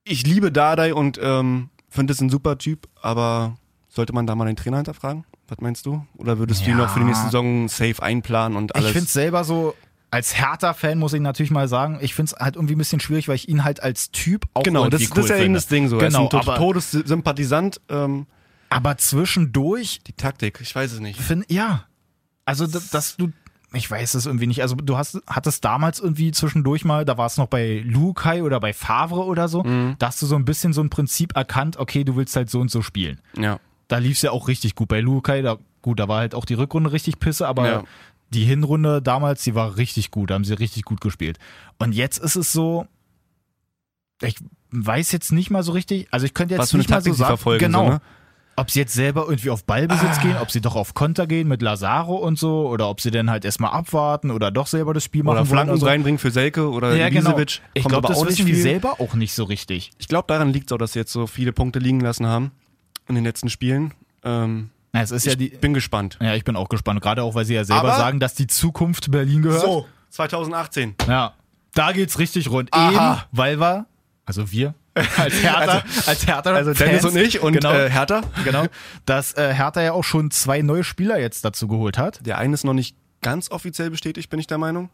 S4: ich liebe Dardai und ähm, finde es ein super Typ, aber Sollte man da mal den Trainer hinterfragen? Was meinst du? Oder würdest du ihn noch für die nächste Saison safe einplanen und alles?
S3: Ich finde es selber so, als Hertha-Fan muss ich natürlich mal sagen, ich finde es halt irgendwie ein bisschen schwierig, weil ich ihn halt als Typ auch
S4: genau, das,
S3: irgendwie
S4: das ist ja
S3: cool
S4: eben
S3: finde.
S4: das Ding so.
S3: Genau,
S4: er ist ein
S3: aber-
S4: Todessympathisant. Ähm,
S3: Aber zwischendurch,
S4: die Taktik, ich weiß es nicht.
S3: find, ja, also dass, dass du, ich weiß es irgendwie nicht, also du hast, hattest damals irgendwie zwischendurch mal, da war es noch bei Lukai oder bei Favre oder so,
S4: Mhm.
S3: da hast du so ein bisschen so ein Prinzip erkannt, okay, du willst halt so und so spielen.
S4: Ja.
S3: da lief es ja auch richtig gut. Bei Lukai, da, gut, da war halt auch die Rückrunde richtig pisse, aber
S4: Ja.
S3: die Hinrunde damals, die war richtig gut, da haben sie richtig gut gespielt. Und jetzt ist es so, ich weiß jetzt nicht mal so richtig, also ich könnte jetzt
S4: Was für eine
S3: nicht mal
S4: Taktik
S3: so
S4: sie
S3: sagen,
S4: verfolgen.
S3: genau,
S4: So, ne?
S3: ob sie jetzt selber irgendwie auf Ballbesitz
S4: Ah.
S3: gehen, ob sie doch auf Konter gehen mit Lazaro und so, oder ob sie dann halt erstmal abwarten oder doch selber das Spiel machen
S4: Oder Flanken
S3: wollen. und so.
S4: reinbringen für Selke oder
S3: ja, genau.
S4: Ibisevic.
S3: Ich
S4: Kommt
S3: glaube,
S4: aber
S3: das
S4: auch
S3: wissen
S4: nicht
S3: die
S4: viel.
S3: selber auch nicht so richtig.
S4: Ich glaube, daran liegt es auch, dass sie jetzt so viele Punkte liegen lassen haben in den letzten Spielen. Ähm,
S3: Na, es ist ja die,
S4: ich bin gespannt.
S3: ja, ich bin auch gespannt, gerade auch, weil sie ja selber
S4: Aber-
S3: sagen, dass die Zukunft Berlin gehört.
S4: 2018.
S3: Ja, da geht's richtig rund. Eben,
S4: Aha.
S3: weil wir, also
S4: [laughs]
S3: wir, als Hertha, als Hertha,
S4: Also Dennis
S3: Fans,
S4: und ich und
S3: genau,
S4: äh, Hertha.
S3: genau, dass äh, Hertha ja auch schon zwei neue Spieler jetzt dazu geholt hat.
S4: Der eine ist noch nicht ganz offiziell bestätigt, bin ich der Meinung.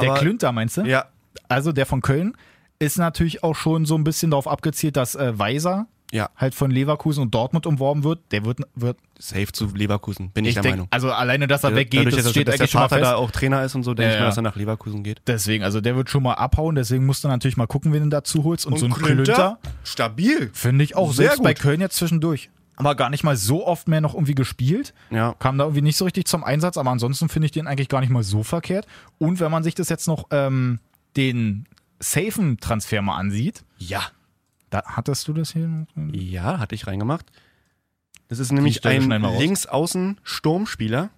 S3: Der
S4: Aber-
S3: Klünter, meinst du?
S4: Ja.
S3: Also der von Köln ist natürlich auch schon so ein bisschen darauf abgezielt, dass äh, Weiser
S4: Ja,
S3: halt von Leverkusen und Dortmund umworben wird. Der wird, wird
S4: safe zu Leverkusen, bin ich,
S3: ich
S4: der
S3: denke,
S4: Meinung.
S3: also alleine, dass er weggeht,
S4: Dadurch,
S3: das
S4: dass,
S3: steht
S4: dass der
S3: eigentlich schon mal
S4: Vater
S3: fest.
S4: da auch Trainer ist und so, denke
S3: Ja,
S4: ich mal,
S3: ja.
S4: dass er nach Leverkusen geht.
S3: Deswegen, also der wird schon mal abhauen, deswegen musst du natürlich mal gucken, wen du dazu holst. Und, so ein Klünter
S4: Stabil.
S3: Finde ich auch.
S4: Sehr
S3: selbst bei
S4: gut.
S3: Köln jetzt zwischendurch. Aber gar nicht mal so oft mehr noch irgendwie gespielt.
S4: Ja.
S3: Kam da irgendwie nicht so richtig zum Einsatz, aber ansonsten finde ich den eigentlich gar nicht mal so verkehrt. Und wenn man sich das jetzt noch ähm, den safen Transfer mal ansieht,
S4: Ja.
S3: da hattest du das hier?
S4: Ja, hatte ich reingemacht. Das ist nämlich
S3: Stelle
S4: ein
S3: schneiden wir raus.
S4: Linksaußen-Sturmspieler.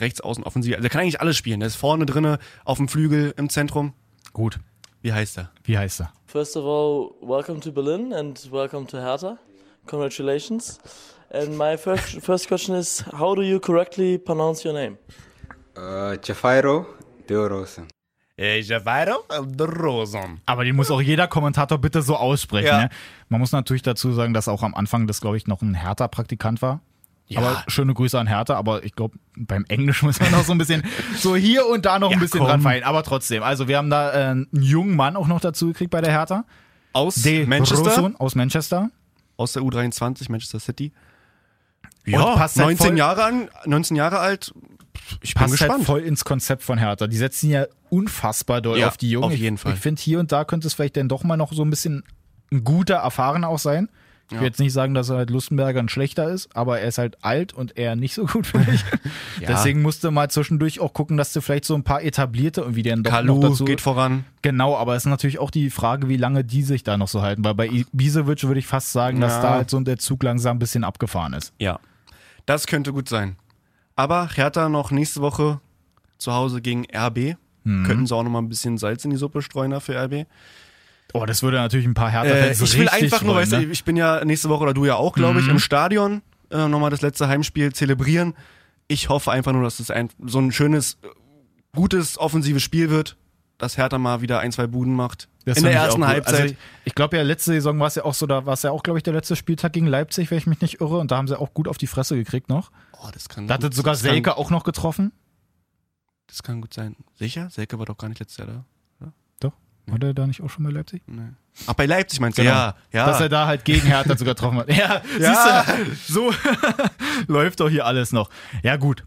S4: Rechtsaußen-Offensiv. Also der kann eigentlich alles spielen. Der ist vorne drinne, auf dem Flügel, im Zentrum.
S3: Gut.
S4: Wie heißt er?
S3: Wie heißt er?
S7: First of all, welcome to Berlin and welcome to Hertha. Congratulations. And my first, [laughs] first question is how do you correctly pronounce your name?
S8: Uh, Cefairo Deorosan.
S4: Javaro Drosom.
S3: Aber den muss auch jeder Kommentator bitte so aussprechen.
S4: Ja.
S3: Ne? Man muss natürlich dazu sagen, dass auch am Anfang das, glaube ich, noch ein härter Praktikant war. Ja. Aber schöne Grüße an Hertha, aber ich glaube, beim Englisch muss man [laughs] noch so ein bisschen, so hier und da noch ein bisschen
S4: komm.
S3: dran feilen. Aber trotzdem, also wir haben da äh, einen jungen Mann auch noch dazu gekriegt bei der Hertha.
S4: Aus
S3: De
S4: Manchester.
S3: Rosun aus Manchester.
S4: Aus der U23, Manchester City.
S3: Und passt halt
S4: 19
S3: voll-
S4: Jahre, an, 19 Jahre alt. Ich bin
S3: passt
S4: gespannt.
S3: halt voll ins Konzept von Hertha. Die setzen ja unfassbar doll
S4: Ja,
S3: auf die Jungen.
S4: auf jeden Fall.
S3: Ich, ich finde, hier und da könnte es vielleicht dann doch mal noch so ein bisschen ein guter Erfahrener auch sein. Ich will jetzt nicht sagen, dass er halt Lustenberger ein schlechter ist, aber er ist halt alt und eher nicht so gut für
S4: [laughs]
S3: mich. [laughs] Deswegen musst du mal zwischendurch auch gucken, dass du vielleicht so ein paar etablierte irgendwie dann doch noch
S4: Kalu
S3: dazu.
S4: geht voran.
S3: Genau, aber es ist natürlich auch die Frage, wie lange die sich da noch so halten. Weil bei Ibisevic würde ich fast sagen, dass
S4: Ja.
S3: da halt so der Zug langsam ein bisschen abgefahren ist.
S4: Ja. Das könnte gut sein. Aber Hertha noch nächste Woche zu Hause gegen RB.
S3: Mhm.
S4: Könnten sie auch noch mal ein bisschen Salz in die Suppe streuen da für RB.
S3: Oh, das würde natürlich ein paar
S4: Äh,
S3: Hertha-Fans
S4: ich will
S3: richtig
S4: einfach nur,
S3: freuen,
S4: weißt du,
S3: ne? Mhm.
S4: ich bin ja nächste Woche oder du ja auch, glaube ich, im Stadion äh, nochmal das letzte Heimspiel zelebrieren. Ich hoffe einfach nur, dass es ein, so ein schönes, äh, gutes, offensives Spiel wird, dass Hertha mal wieder ein, zwei Buden macht.
S3: Das
S4: In
S3: fand
S4: der
S3: ich auch
S4: ersten
S3: gut.
S4: Halbzeit.
S3: Also ich ich glaube ja, letzte Saison war es ja auch so, da war es ja auch, glaube ich, der letzte Spieltag gegen Leipzig, wenn ich mich nicht irre. Und da haben sie auch gut auf die Fresse gekriegt noch.
S4: oh, das kann
S3: Da hat
S4: gut-
S3: sogar
S4: das kann-
S3: Selke auch noch getroffen.
S4: Das kann gut sein. Sicher? Selke war doch gar nicht letztes Jahr da.
S3: War der da nicht auch schon bei Leipzig?
S4: Ach, bei Leipzig meinst du?
S3: Genau.
S4: Ja, ja.
S3: Dass er da halt gegen Hertha sogar getroffen
S4: [laughs]
S3: hat. Ja,
S4: Ah. Ja.
S3: siehst du, so [laughs] läuft doch hier alles noch. Ja, gut.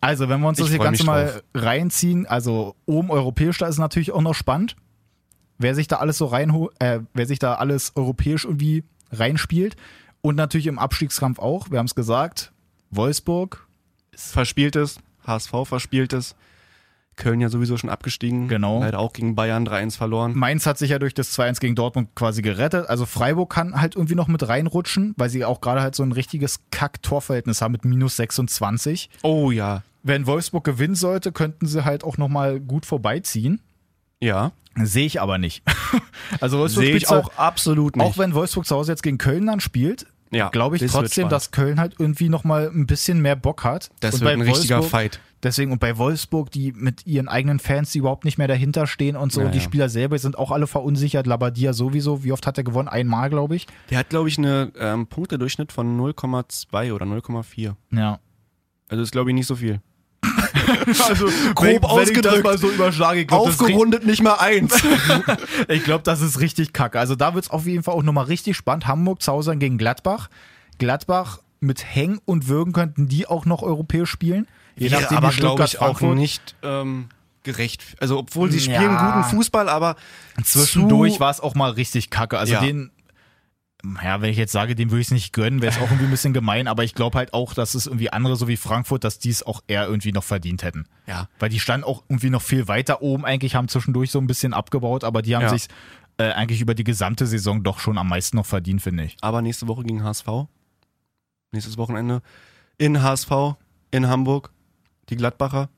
S3: Also, wenn wir uns
S4: Ich
S3: das hier
S4: freu
S3: ganz
S4: mich
S3: mal
S4: drauf.
S3: reinziehen, also oben europäisch, da ist natürlich auch noch spannend. Wer sich da alles so reinholt, äh, wer sich da alles europäisch irgendwie reinspielt. Und natürlich im Abstiegskampf auch, wir haben es gesagt, Wolfsburg,
S4: verspieltes, HSV verspieltes. Köln ja sowieso schon abgestiegen.
S3: Genau.
S4: Leider auch gegen Bayern 3-1 verloren.
S3: Mainz hat sich ja durch das 2-1 gegen Dortmund quasi gerettet. Also Freiburg kann halt irgendwie noch mit reinrutschen, weil sie auch gerade halt so ein richtiges Kack-Torverhältnis haben mit minus 26.
S4: Oh ja.
S3: wenn Wolfsburg gewinnen sollte, könnten sie halt auch nochmal gut vorbeiziehen.
S4: Ja.
S3: Sehe ich aber nicht. [laughs] also Wolfsburg
S4: Sehe ich
S3: spielt
S4: auch absolut nicht.
S3: auch wenn Wolfsburg zu Hause jetzt gegen Köln dann spielt,
S4: Ja,
S3: glaube ich
S4: das wird
S3: trotzdem,
S4: spannend.
S3: dass Köln halt irgendwie nochmal ein bisschen mehr Bock hat.
S4: Das
S3: Und
S4: wird
S3: bei
S4: ein richtiger
S3: Wolfsburg,
S4: Fight.
S3: Deswegen, und bei Wolfsburg, die mit ihren eigenen Fans, die überhaupt nicht mehr dahinter stehen und so,
S4: Ja,
S3: die
S4: ja.
S3: Spieler selber sind auch alle verunsichert. Labadia sowieso. Wie oft hat er gewonnen? Einmal, glaube ich.
S4: Der hat, glaube ich, einen ähm, Punktedurchschnitt von 0,2 oder 0,4.
S3: Ja.
S4: [laughs] Also ist, glaube ich, nicht so viel.
S3: Also grob
S4: wenn ich das mal
S3: mal so überschlage, ich glaube, das,
S4: nicht mal eins.
S3: ist richtig kacke. Also da wird es auf jeden Fall auch nochmal richtig spannend. Hamburg zausern gegen Gladbach. Gladbach mit Heng und Würgen könnten die auch noch europäisch spielen. [laughs] Je
S4: ja,
S3: nachdem,
S4: aber
S3: wie Stuttgart
S4: glaube ich auch
S3: Frankfurt-
S4: nicht ähm, gerecht. Also obwohl sie spielen
S3: Ja.
S4: guten Fußball, aber
S3: Zwischendurch
S4: zu-
S3: war es auch mal richtig kacke. Also
S4: Ja.
S3: den, ja, wenn ich jetzt sage, den würde ich es nicht gönnen, wäre es auch irgendwie ein bisschen gemein, aber ich glaube halt auch, dass es irgendwie andere, so wie Frankfurt, dass die es auch eher irgendwie noch verdient hätten.
S4: Ja.
S3: Weil die standen auch irgendwie noch viel weiter oben eigentlich, haben zwischendurch so ein bisschen abgebaut, aber die haben
S4: Ja.
S3: sich äh, eigentlich über die gesamte Saison doch schon am meisten noch verdient, finde ich.
S4: Aber nächste Woche gegen HSV. Nächstes Wochenende in HSV, in Hamburg, die Gladbacher.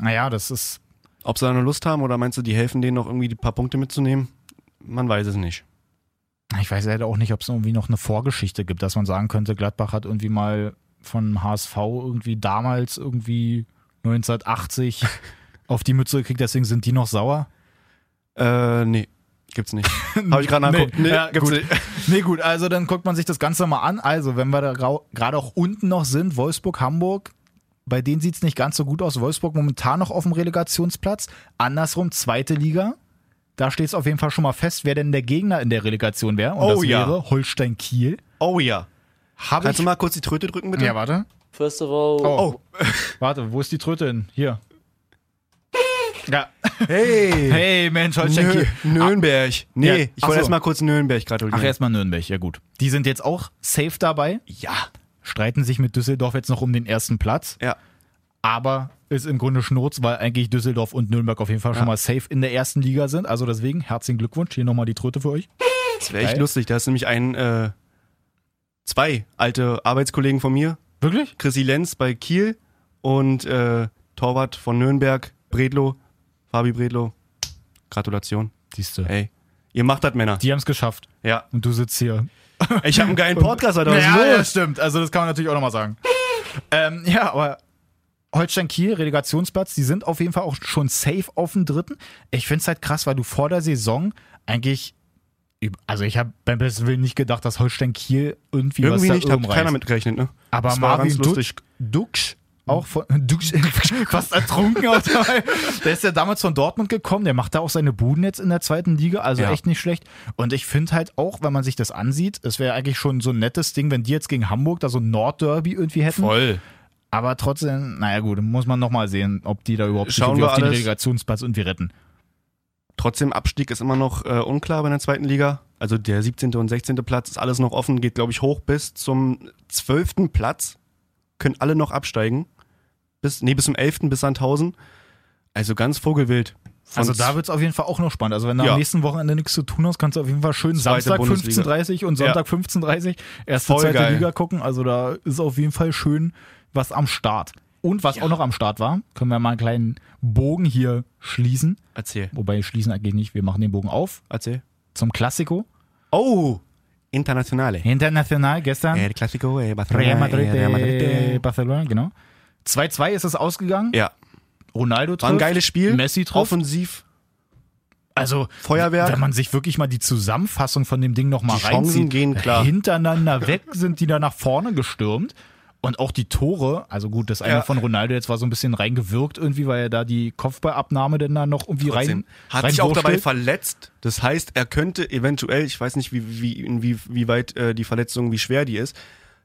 S3: Naja, das ist,
S4: Ob sie da nur Lust haben oder meinst du, die helfen denen noch irgendwie die paar Punkte mitzunehmen? Man weiß es nicht.
S3: ich weiß leider auch nicht, ob es irgendwie noch eine Vorgeschichte gibt, dass man sagen könnte, Gladbach hat irgendwie mal von HSV irgendwie damals irgendwie
S4: [laughs]
S3: 1980 auf die Mütze gekriegt, deswegen sind die noch sauer.
S4: Äh, nee,
S3: [laughs]
S4: gibt's nicht. Habe ich gerade nachgeguckt.
S3: Nee, ja,
S4: gibt's
S3: gut.
S4: nicht.
S3: Nee, gut, also dann guckt man sich das Ganze mal an. Also, wenn wir da grau- gerade auch unten noch sind, Wolfsburg, Hamburg, bei denen sieht es nicht ganz so gut aus. Wolfsburg momentan noch auf dem Relegationsplatz. Andersrum, zweite Liga. Da steht es auf jeden Fall schon mal fest, wer denn der Gegner in der Relegation wäre. Und
S4: Oh
S3: das
S4: ja.
S3: wäre Holstein Kiel.
S4: Oh ja.
S3: Habe
S4: Kannst du mal kurz die Tröte drücken, bitte?
S3: Ja, warte.
S7: First of all,
S3: Oh. warte, wo ist die Tröte hin? Hier. Ja.
S4: Hey!
S3: Hey, Mensch, halt, Holstein
S4: Nö,
S3: Kiel.
S4: Nürnberg. Nee,
S3: Ja.
S4: ich
S3: Ach so.
S4: wollte erst mal kurz Nürnberg gratulieren.
S3: Ach, erstmal Nürnberg, ja gut. Die sind jetzt auch safe dabei.
S4: Ja.
S3: Streiten sich mit Düsseldorf jetzt noch um den ersten Platz.
S4: Ja.
S3: aber ist im Grunde Schnurz, weil eigentlich Düsseldorf und Nürnberg auf jeden Fall schon mal safe in der ersten Liga sind. Also deswegen herzlichen Glückwunsch. Hier nochmal die Tröte für euch.
S4: Das wäre echt
S3: Geil.
S4: lustig. Da ist nämlich ein, äh, zwei alte Arbeitskollegen von mir.
S3: Wirklich?
S4: Chrissy Lenz bei Kiel und äh, Torwart von Nürnberg, Bredlo, Fabi Bredlo. Gratulation.
S3: Siehst du.
S4: Hey, ihr macht das, Männer.
S3: Die haben es geschafft.
S4: Ja.
S3: Und du sitzt hier.
S4: Ich habe einen [laughs] geilen Podcast, Alter. Was ist
S3: ja, das
S4: los?
S3: stimmt. Also das kann man natürlich auch nochmal sagen. ähm, ja, aber Holstein Kiel, Relegationsplatz, die sind auf jeden Fall auch schon safe auf dem dritten. Ich finde es halt krass, weil du vor der Saison eigentlich. üb- Also ich habe beim besten Willen nicht gedacht, dass Holstein Kiel irgendwie,
S4: Irgendwie
S3: was
S4: nicht,
S3: da
S4: hat
S3: oben reißt.
S4: keiner mitgerechnet, ne?
S3: Aber
S4: Das war
S3: Marvin
S4: ganz lustig.
S3: Duksch, Duksch auch von [laughs] Duksch, fast ertrunken auch dabei. Der ist ja damals von Dortmund gekommen, der macht da auch seine Buden jetzt in der zweiten Liga, also
S4: Ja.
S3: echt nicht schlecht. Und ich finde halt auch, wenn man sich das ansieht, es wäre eigentlich schon so ein nettes Ding, wenn die jetzt gegen Hamburg da so ein Nordderby irgendwie hätten.
S4: Voll.
S3: Aber trotzdem, naja gut, muss man nochmal sehen, ob die da überhaupt
S4: Schauen
S3: irgendwie
S4: wir
S3: auf den
S4: alles.
S3: Relegationsplatz und wir retten.
S4: Trotzdem, Abstieg ist immer noch äh, unklar bei der zweiten Liga. Also der 17. und 16. Platz ist alles noch offen, geht, glaube ich, hoch bis zum 12. Platz. Können alle noch absteigen. Bis, nee, bis zum 11. bis Sandhausen. Also ganz vogelwild. Von
S3: Also da wird es auf jeden Fall auch noch spannend. Also wenn du
S4: Ja.
S3: am nächsten Wochenende nichts zu tun hast, kannst du auf jeden Fall schön
S4: Zweite
S3: Samstag
S4: Bundesliga.
S3: 15.30 Uhr und Sonntag 15.30 Uhr erste,
S4: Voll
S3: zweite
S4: geil.
S3: Liga gucken. Also da ist auf jeden Fall schön was am Start. Und was auch noch am Start war, können wir mal einen kleinen Bogen hier schließen.
S4: Erzähl,
S3: Wobei schließen eigentlich nicht, wir machen den Bogen auf
S4: erzähl.
S3: zum Klassiko.
S4: Oh, Internationale.
S3: International gestern.
S4: El Clásico, eh, Barcelona,
S3: Real Madrid,
S4: eh, Real Madrid,
S3: äh,
S4: eh.
S3: Barcelona, genau. 2-2 ist es ausgegangen.
S4: Ja,
S3: Ronaldo
S4: war ein
S3: trifft,
S4: geiles Spiel.
S3: Messi trifft.
S4: Offensiv.
S3: Also,
S4: Feuerwerk.
S3: wenn man sich wirklich mal die Zusammenfassung von dem Ding nochmal
S4: Die Chancen
S3: reinzieht,
S4: gehen klar.
S3: hintereinander weg sind die da nach vorne gestürmt. Und auch die Tore, also gut, das eine
S4: Ja.
S3: von Ronaldo jetzt war so ein bisschen reingewirkt irgendwie, weil er da die Kopfballabnahme denn da noch irgendwie rein.
S4: Hat sich auch dabei
S3: reinwurstelt.
S4: verletzt. Das heißt, er könnte eventuell, ich weiß nicht, wie, wie, inwie- wie weit äh, die Verletzung, wie schwer die ist,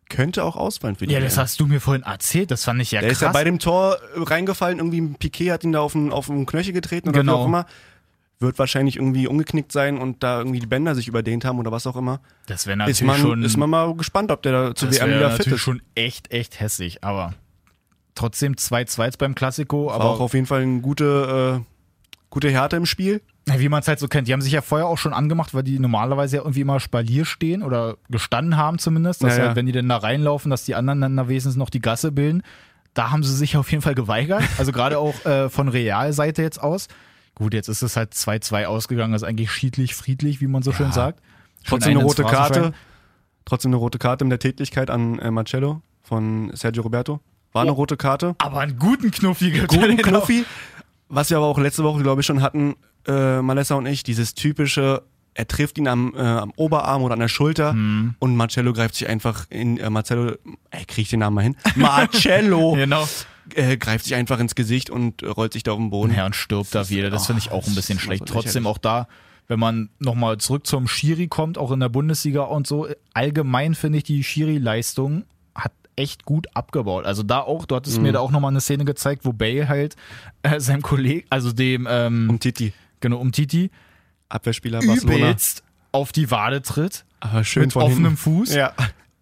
S4: könnte auch ausfallen für die.
S3: Ja, das
S4: WM.
S3: hast du mir vorhin erzählt, das fand ich ja
S4: Der
S3: krass.
S4: ist ja bei dem Tor äh, reingefallen, irgendwie ein Piquet hat ihn da auf den, auf den Knöchel getreten oder
S3: Genau.
S4: wie auch immer. Wird wahrscheinlich irgendwie umgeknickt sein und da irgendwie die Bänder sich überdehnt haben oder was auch immer.
S3: das wäre natürlich
S4: Ist man,
S3: schon.
S4: ist man mal gespannt, ob der da zu
S3: das
S4: WM
S3: wäre
S4: wieder fit
S3: natürlich
S4: ist.
S3: schon echt, echt hässlich, aber trotzdem 2-2 beim Klassiko,
S4: Aber
S3: aber
S4: auch auf jeden Fall eine gute, äh, gute Härte im Spiel.
S3: Ja, wie man es halt so kennt. Die haben sich ja vorher auch schon angemacht, weil die normalerweise ja irgendwie immer Spalier stehen oder gestanden haben zumindest. Dass
S4: Ja, ja.
S3: Halt, wenn die denn da reinlaufen, dass die anderen dann da wenigstens noch die Gasse bilden. Da haben sie sich auf jeden Fall geweigert. Also gerade auch äh, von Real-Seite jetzt aus. Gut, jetzt ist es halt 2-2 ausgegangen. Das ist eigentlich schiedlich, friedlich, wie man so schön sagt. Schön
S4: Trotzdem
S3: einen
S4: eine
S3: ins
S4: rote
S3: Phrasenschwein.
S4: Karte. Trotzdem eine rote Karte in der Tätigkeit an äh, Marcello von Sergio Roberto. War eine rote Karte.
S3: Aber einen guten Knuffi gibt
S4: Guten
S3: er den auch.
S4: Knuffi. Was wir aber auch letzte Woche, glaube ich, schon hatten, äh, Malessa und ich, dieses typische, er trifft ihn am, äh, am Oberarm oder an der Schulter
S3: Hm.
S4: und Marcello greift sich einfach in, äh, Marcello, ey, krieg ich den Namen mal hin? [laughs]
S3: [laughs]
S4: Marcello
S3: Genau.
S4: äh, greift sich einfach ins Gesicht und äh, rollt sich da auf den Boden.
S3: Ja, und stirbt da wieder. Das finde ich auch ein bisschen
S4: ist
S3: schlecht.
S4: so
S3: Trotzdem
S4: lächerlich.
S3: auch da, wenn man nochmal zurück zum Schiri kommt, auch in der Bundesliga und so, allgemein finde ich die Schiri-Leistung hat echt gut abgebaut. Also da auch, du hattest
S4: Mhm.
S3: mir da auch nochmal eine Szene gezeigt, wo Bale halt äh, seinem Kollegen, also dem, ähm,
S4: Um Titi,
S3: genau, um Titi,
S4: Abwehrspieler Barcelona.
S3: übelst auf die Wade tritt.
S4: Aber schön
S3: mit
S4: von
S3: offenem
S4: hinten.
S3: Fuß.
S4: Ja.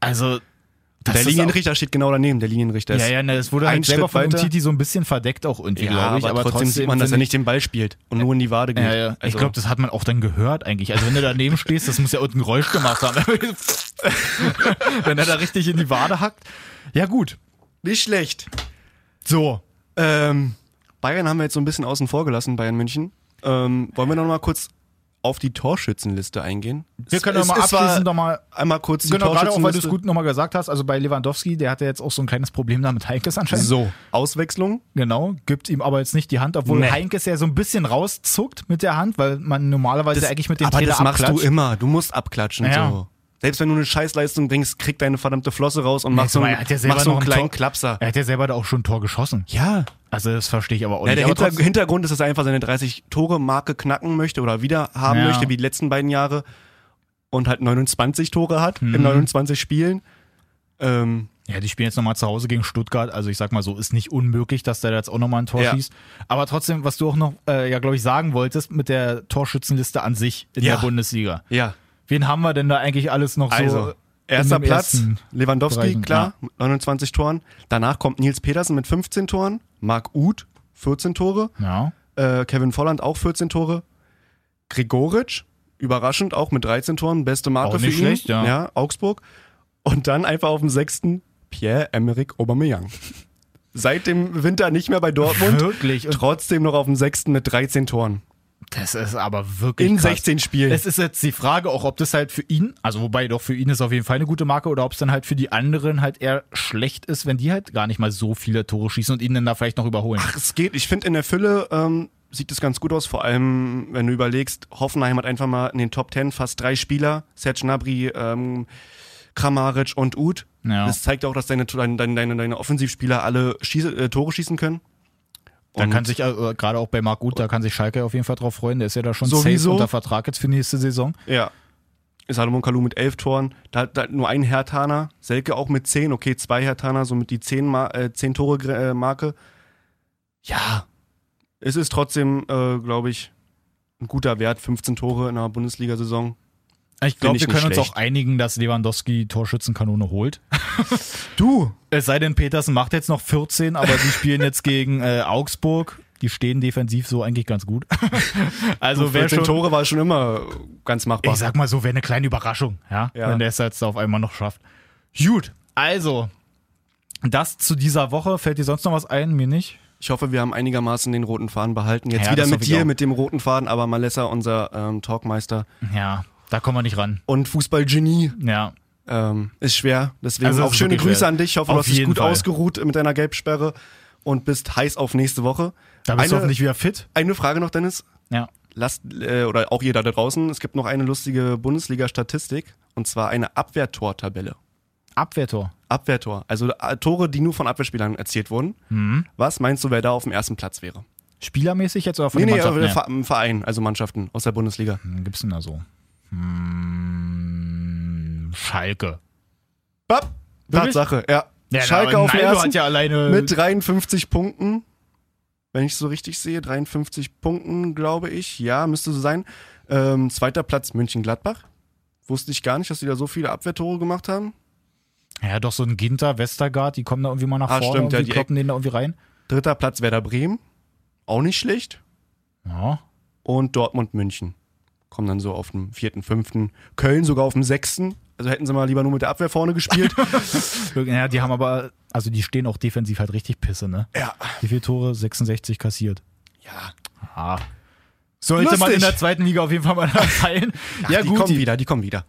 S3: Also, das
S4: Der
S3: ist
S4: Linienrichter steht genau daneben, der Linienrichter
S3: auch,
S4: ist.
S3: Ja, ja, ne, das wurde
S4: Ein
S3: halt selber
S4: Schritt
S3: von
S4: weiter.
S3: Umtiti so ein bisschen verdeckt auch irgendwie,
S4: Ja,
S3: glaube ich.
S4: aber, trotzdem, sieht man, dass
S3: finde
S4: er
S3: ich-
S4: nicht den Ball spielt und nur in die Wade geht.
S3: Ja, ja. ich
S4: Also-
S3: glaube, das hat man auch dann gehört eigentlich. Also wenn du [laughs] daneben stehst, das muss ja irgendein Geräusch gemacht [laughs] haben. wenn er da richtig in die Wade hackt. Ja gut.
S4: nicht schlecht.
S3: So.
S4: Ähm, Bayern haben wir jetzt so ein bisschen außen vor gelassen, Bayern München. Ähm, wollen wir noch mal kurz auf die Torschützenliste eingehen?
S3: Wir
S4: Es-
S3: können nochmal
S4: es- es war
S3: abschließend nochmal.
S4: einmal kurz die
S3: Genau, gerade auch weil du es
S4: Torschützenliste.
S3: gut nochmal gesagt hast. Also bei Lewandowski, der hatte jetzt auch so ein kleines Problem da mit Heinkes anscheinend.
S4: so, Auswechslung.
S3: Genau, gibt ihm aber jetzt nicht die Hand, obwohl
S4: Nee.
S3: Heinkes ja so ein bisschen rauszuckt mit der Hand, weil man normalerweise eigentlich mit dem
S4: aber
S3: Trainer
S4: das machst
S3: abklatscht.
S4: du immer. Du musst abklatschen.
S3: Ja.
S4: So. Selbst wenn du eine Scheißleistung bringst, krieg deine verdammte Flosse raus und mach so
S3: Zumal
S4: einen,
S3: er hat ja selber
S4: mach so
S3: noch
S4: einen
S3: ein
S4: kleinen
S3: Tor-
S4: Klapser.
S3: Er hat ja selber da auch schon ein Tor geschossen.
S4: Ja,
S3: Also das verstehe ich aber auch
S4: Ja,
S3: nicht.
S4: der
S3: aber
S4: Hinter
S3: trotzdem-
S4: Hintergrund ist, dass er einfach seine 30-Tore-Marke knacken möchte oder wieder haben
S3: Ja.
S4: möchte, wie die letzten beiden Jahre. Und halt 29 Tore hat
S3: Mhm.
S4: in 29 Spielen. Ähm,
S3: Ja, die spielen jetzt nochmal zu Hause gegen Stuttgart. Also ich sag mal so, ist nicht unmöglich, dass der da jetzt auch nochmal ein Tor
S4: Ja.
S3: schießt. Aber trotzdem, was du auch noch, äh, ja, glaube ich, sagen wolltest mit der Torschützenliste an sich in
S4: Ja.
S3: der Bundesliga.
S4: ja,
S3: Wen haben wir denn da eigentlich alles noch
S4: also
S3: so?
S4: erster
S3: in den
S4: Platz,
S3: ersten
S4: Lewandowski,
S3: Bereichen,
S4: klar, 29 Toren. Danach kommt Nils Petersen mit 15 Toren, Marc Uth, 14 Tore,
S3: Ja.
S4: äh, Kevin Volland auch 14 Tore, Gregoritsch, überraschend auch mit 13 Toren, beste Marke
S3: Auch nicht
S4: für ihn.
S3: schlecht, ja.
S4: ja, Augsburg. Und dann einfach auf dem sechsten Pierre-Emerick Aubameyang. Seit dem Winter nicht mehr bei Dortmund,
S3: Wirklich. Und
S4: trotzdem noch auf dem sechsten mit 13 Toren.
S3: das ist aber wirklich.
S4: In
S3: krass.
S4: 16 Spielen.
S3: Es ist jetzt die Frage auch, ob das halt für ihn, also wobei doch für ihn ist auf jeden Fall eine gute Marke, oder ob es dann halt für die anderen halt eher schlecht ist, wenn die halt gar nicht mal so viele Tore schießen und ihn dann da vielleicht noch überholen.
S4: es geht, ich finde in der Fülle ähm, sieht es ganz gut aus, vor allem wenn du überlegst, Hoffenheim hat einfach mal in den Top 10 fast drei Spieler, Serge Gnabry, ähm, Kramaric und Uth.
S3: Ja.
S4: Das zeigt auch, dass deine, deine, deine, deine Offensivspieler alle schieße, äh, Tore schießen können.
S3: Da
S4: Und-
S3: kann sich, äh, gerade auch bei Marc Gut, da kann sich Schalke auf jeden Fall drauf freuen. Der ist ja da schon safe
S4: Sowieso.
S3: unter Vertrag jetzt für nächste Saison.
S4: Ja. Salomon Kalou mit elf Toren, da, da nur ein Hertaner, Selke auch mit zehn, okay, zwei Hertaner, somit die zehn, Ma äh, zehn Tore äh, Marke. Ja, es ist trotzdem, äh, glaube ich, ein guter Wert, 15 Tore in einer Bundesliga-Saison.
S3: Ich glaube,
S4: ich
S3: wir
S4: nicht
S3: können uns
S4: schlecht.
S3: auch einigen, dass Lewandowski Torschützenkanone holt.
S4: Du,
S3: Es sei denn, Petersen macht jetzt noch 14, aber die spielen jetzt gegen äh, Augsburg. Die stehen defensiv so eigentlich ganz gut. [laughs] also wäre schon,
S4: 14 Tore war schon immer ganz machbar.
S3: ich sag mal so, wäre eine kleine Überraschung, ja,
S4: Ja.
S3: wenn der es jetzt auf einmal noch schafft. Gut, also das zu dieser Woche. Fällt dir sonst noch was ein? Mir nicht.
S4: Ich hoffe, wir haben einigermaßen den roten Faden behalten. Jetzt
S3: Ja,
S4: wieder
S3: das
S4: mit
S3: hoffe ich
S4: dir,
S3: auch.
S4: mit dem roten Faden, aber Malessa, unser ähm, Talkmeister
S3: Ja, da kommen wir nicht ran.
S4: und Fußballgenie,
S3: Ja,
S4: ähm, ist schwer. Deswegen
S3: Also, es
S4: auch
S3: ist
S4: schöne
S3: wirklich
S4: Grüße
S3: schwer.
S4: an dich. Ich hoffe, du
S3: Auf
S4: hast dich
S3: jeden
S4: gut
S3: Fall.
S4: ausgeruht mit deiner Gelbsperre und bist heiß auf nächste Woche.
S3: da bist du
S4: eine,
S3: hoffentlich wieder fit.
S4: eine Frage noch, Dennis.
S3: Ja.
S4: Lasst, äh, oder auch jeder da draußen, es gibt noch eine lustige Bundesliga-Statistik und zwar eine Abwehrtor-Tabelle.
S3: Abwehrtor.
S4: Abwehrtor, also äh, Tore, die nur von Abwehrspielern erzielt wurden.
S3: Mhm.
S4: Was meinst du, wer da auf dem ersten Platz wäre?
S3: Spielermäßig jetzt oder von
S4: Nee,
S3: den
S4: nee,
S3: Mannschaften?
S4: äh,
S3: her?
S4: Ver- im Verein, also Mannschaften aus der Bundesliga.
S3: Wen gibt's denn da so? Hm, Schalke.
S4: Bap,
S3: Wirklich?
S4: Tatsache, ja.
S3: Ja,
S4: Schalke
S3: aber
S4: auf dem
S3: Naldo
S4: ersten
S3: hat ja alleine
S4: mit 53 Punkten. Wenn ich es so richtig sehe, 53 Punkten, glaube ich. Ja, müsste so sein. Ähm, zweiter Platz München-Gladbach. Wusste ich gar nicht, dass die da so viele Abwehrtore gemacht haben.
S3: Ja, doch so ein Ginter, Westergaard, die kommen da irgendwie mal nach
S4: Ah,
S3: vorne
S4: stimmt,
S3: und
S4: ja,
S3: die
S4: die
S3: kloppen den da irgendwie rein.
S4: Dritter Platz Werder Bremen. Auch nicht schlecht.
S3: Ja.
S4: Und Dortmund-München. Kommen dann so auf dem vierten, fünften. Köln sogar auf dem sechsten. Also hätten sie mal lieber nur mit der Abwehr vorne gespielt.
S3: ja, die haben aber, also die stehen auch defensiv halt richtig Pisse, ne?
S4: Ja.
S3: Wie viele Tore? 66 kassiert.
S4: ja.
S3: Ah. Sollte man
S4: Lustig.
S3: in der zweiten Liga auf jeden Fall mal [laughs] erfallen. ja,
S4: die
S3: gut,
S4: kommen
S3: die,
S4: wieder, die kommen wieder.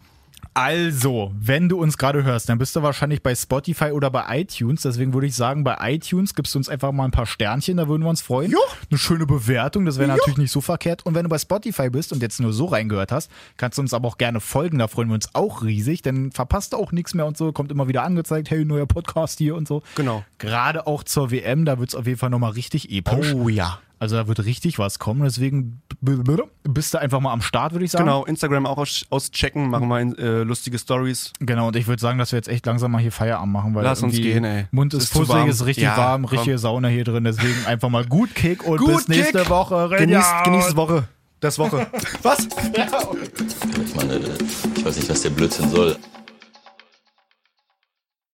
S3: Also, wenn du uns gerade hörst, dann bist du wahrscheinlich bei Spotify oder bei iTunes. Deswegen würde ich sagen, bei iTunes gibst du uns einfach mal ein paar Sternchen, da würden wir uns freuen.
S4: Jo.
S3: Eine schöne Bewertung, das wäre natürlich nicht so verkehrt. Und wenn du bei Spotify bist und jetzt nur so reingehört hast, kannst du uns aber auch gerne folgen. Da freuen wir uns auch riesig. Dann verpasst du auch nichts mehr und so, kommt immer wieder angezeigt, hey, neuer Podcast hier und so.
S4: Genau.
S3: Gerade auch zur WM, da wird es auf jeden Fall nochmal richtig episch.
S4: Oh ja.
S3: Also da wird richtig was kommen. Deswegen b- b- bist du einfach mal am Start, würde ich sagen.
S4: Genau, Instagram auch aus, auschecken, machen mal äh, lustige Stories.
S3: Genau, und ich würde sagen, dass wir jetzt echt langsam mal hier Feierabend machen, weil
S4: Lass uns
S3: irgendwie
S4: gehen, ey.
S3: Mund
S4: Es
S3: ist
S4: ist zu
S3: fusselig,
S4: warm.
S3: ist richtig
S4: Ja,
S3: warm,
S4: komm.
S3: richtige Sauna hier drin, deswegen einfach mal gut Kick und
S4: Gut
S3: bis nächste
S4: Kick.
S3: Woche.
S4: Genießt,
S3: Renjaut. [laughs]
S4: genießt Woche. Das Woche. Was?
S9: ne, Ich meine, ich weiß nicht, was der Blödsinn soll.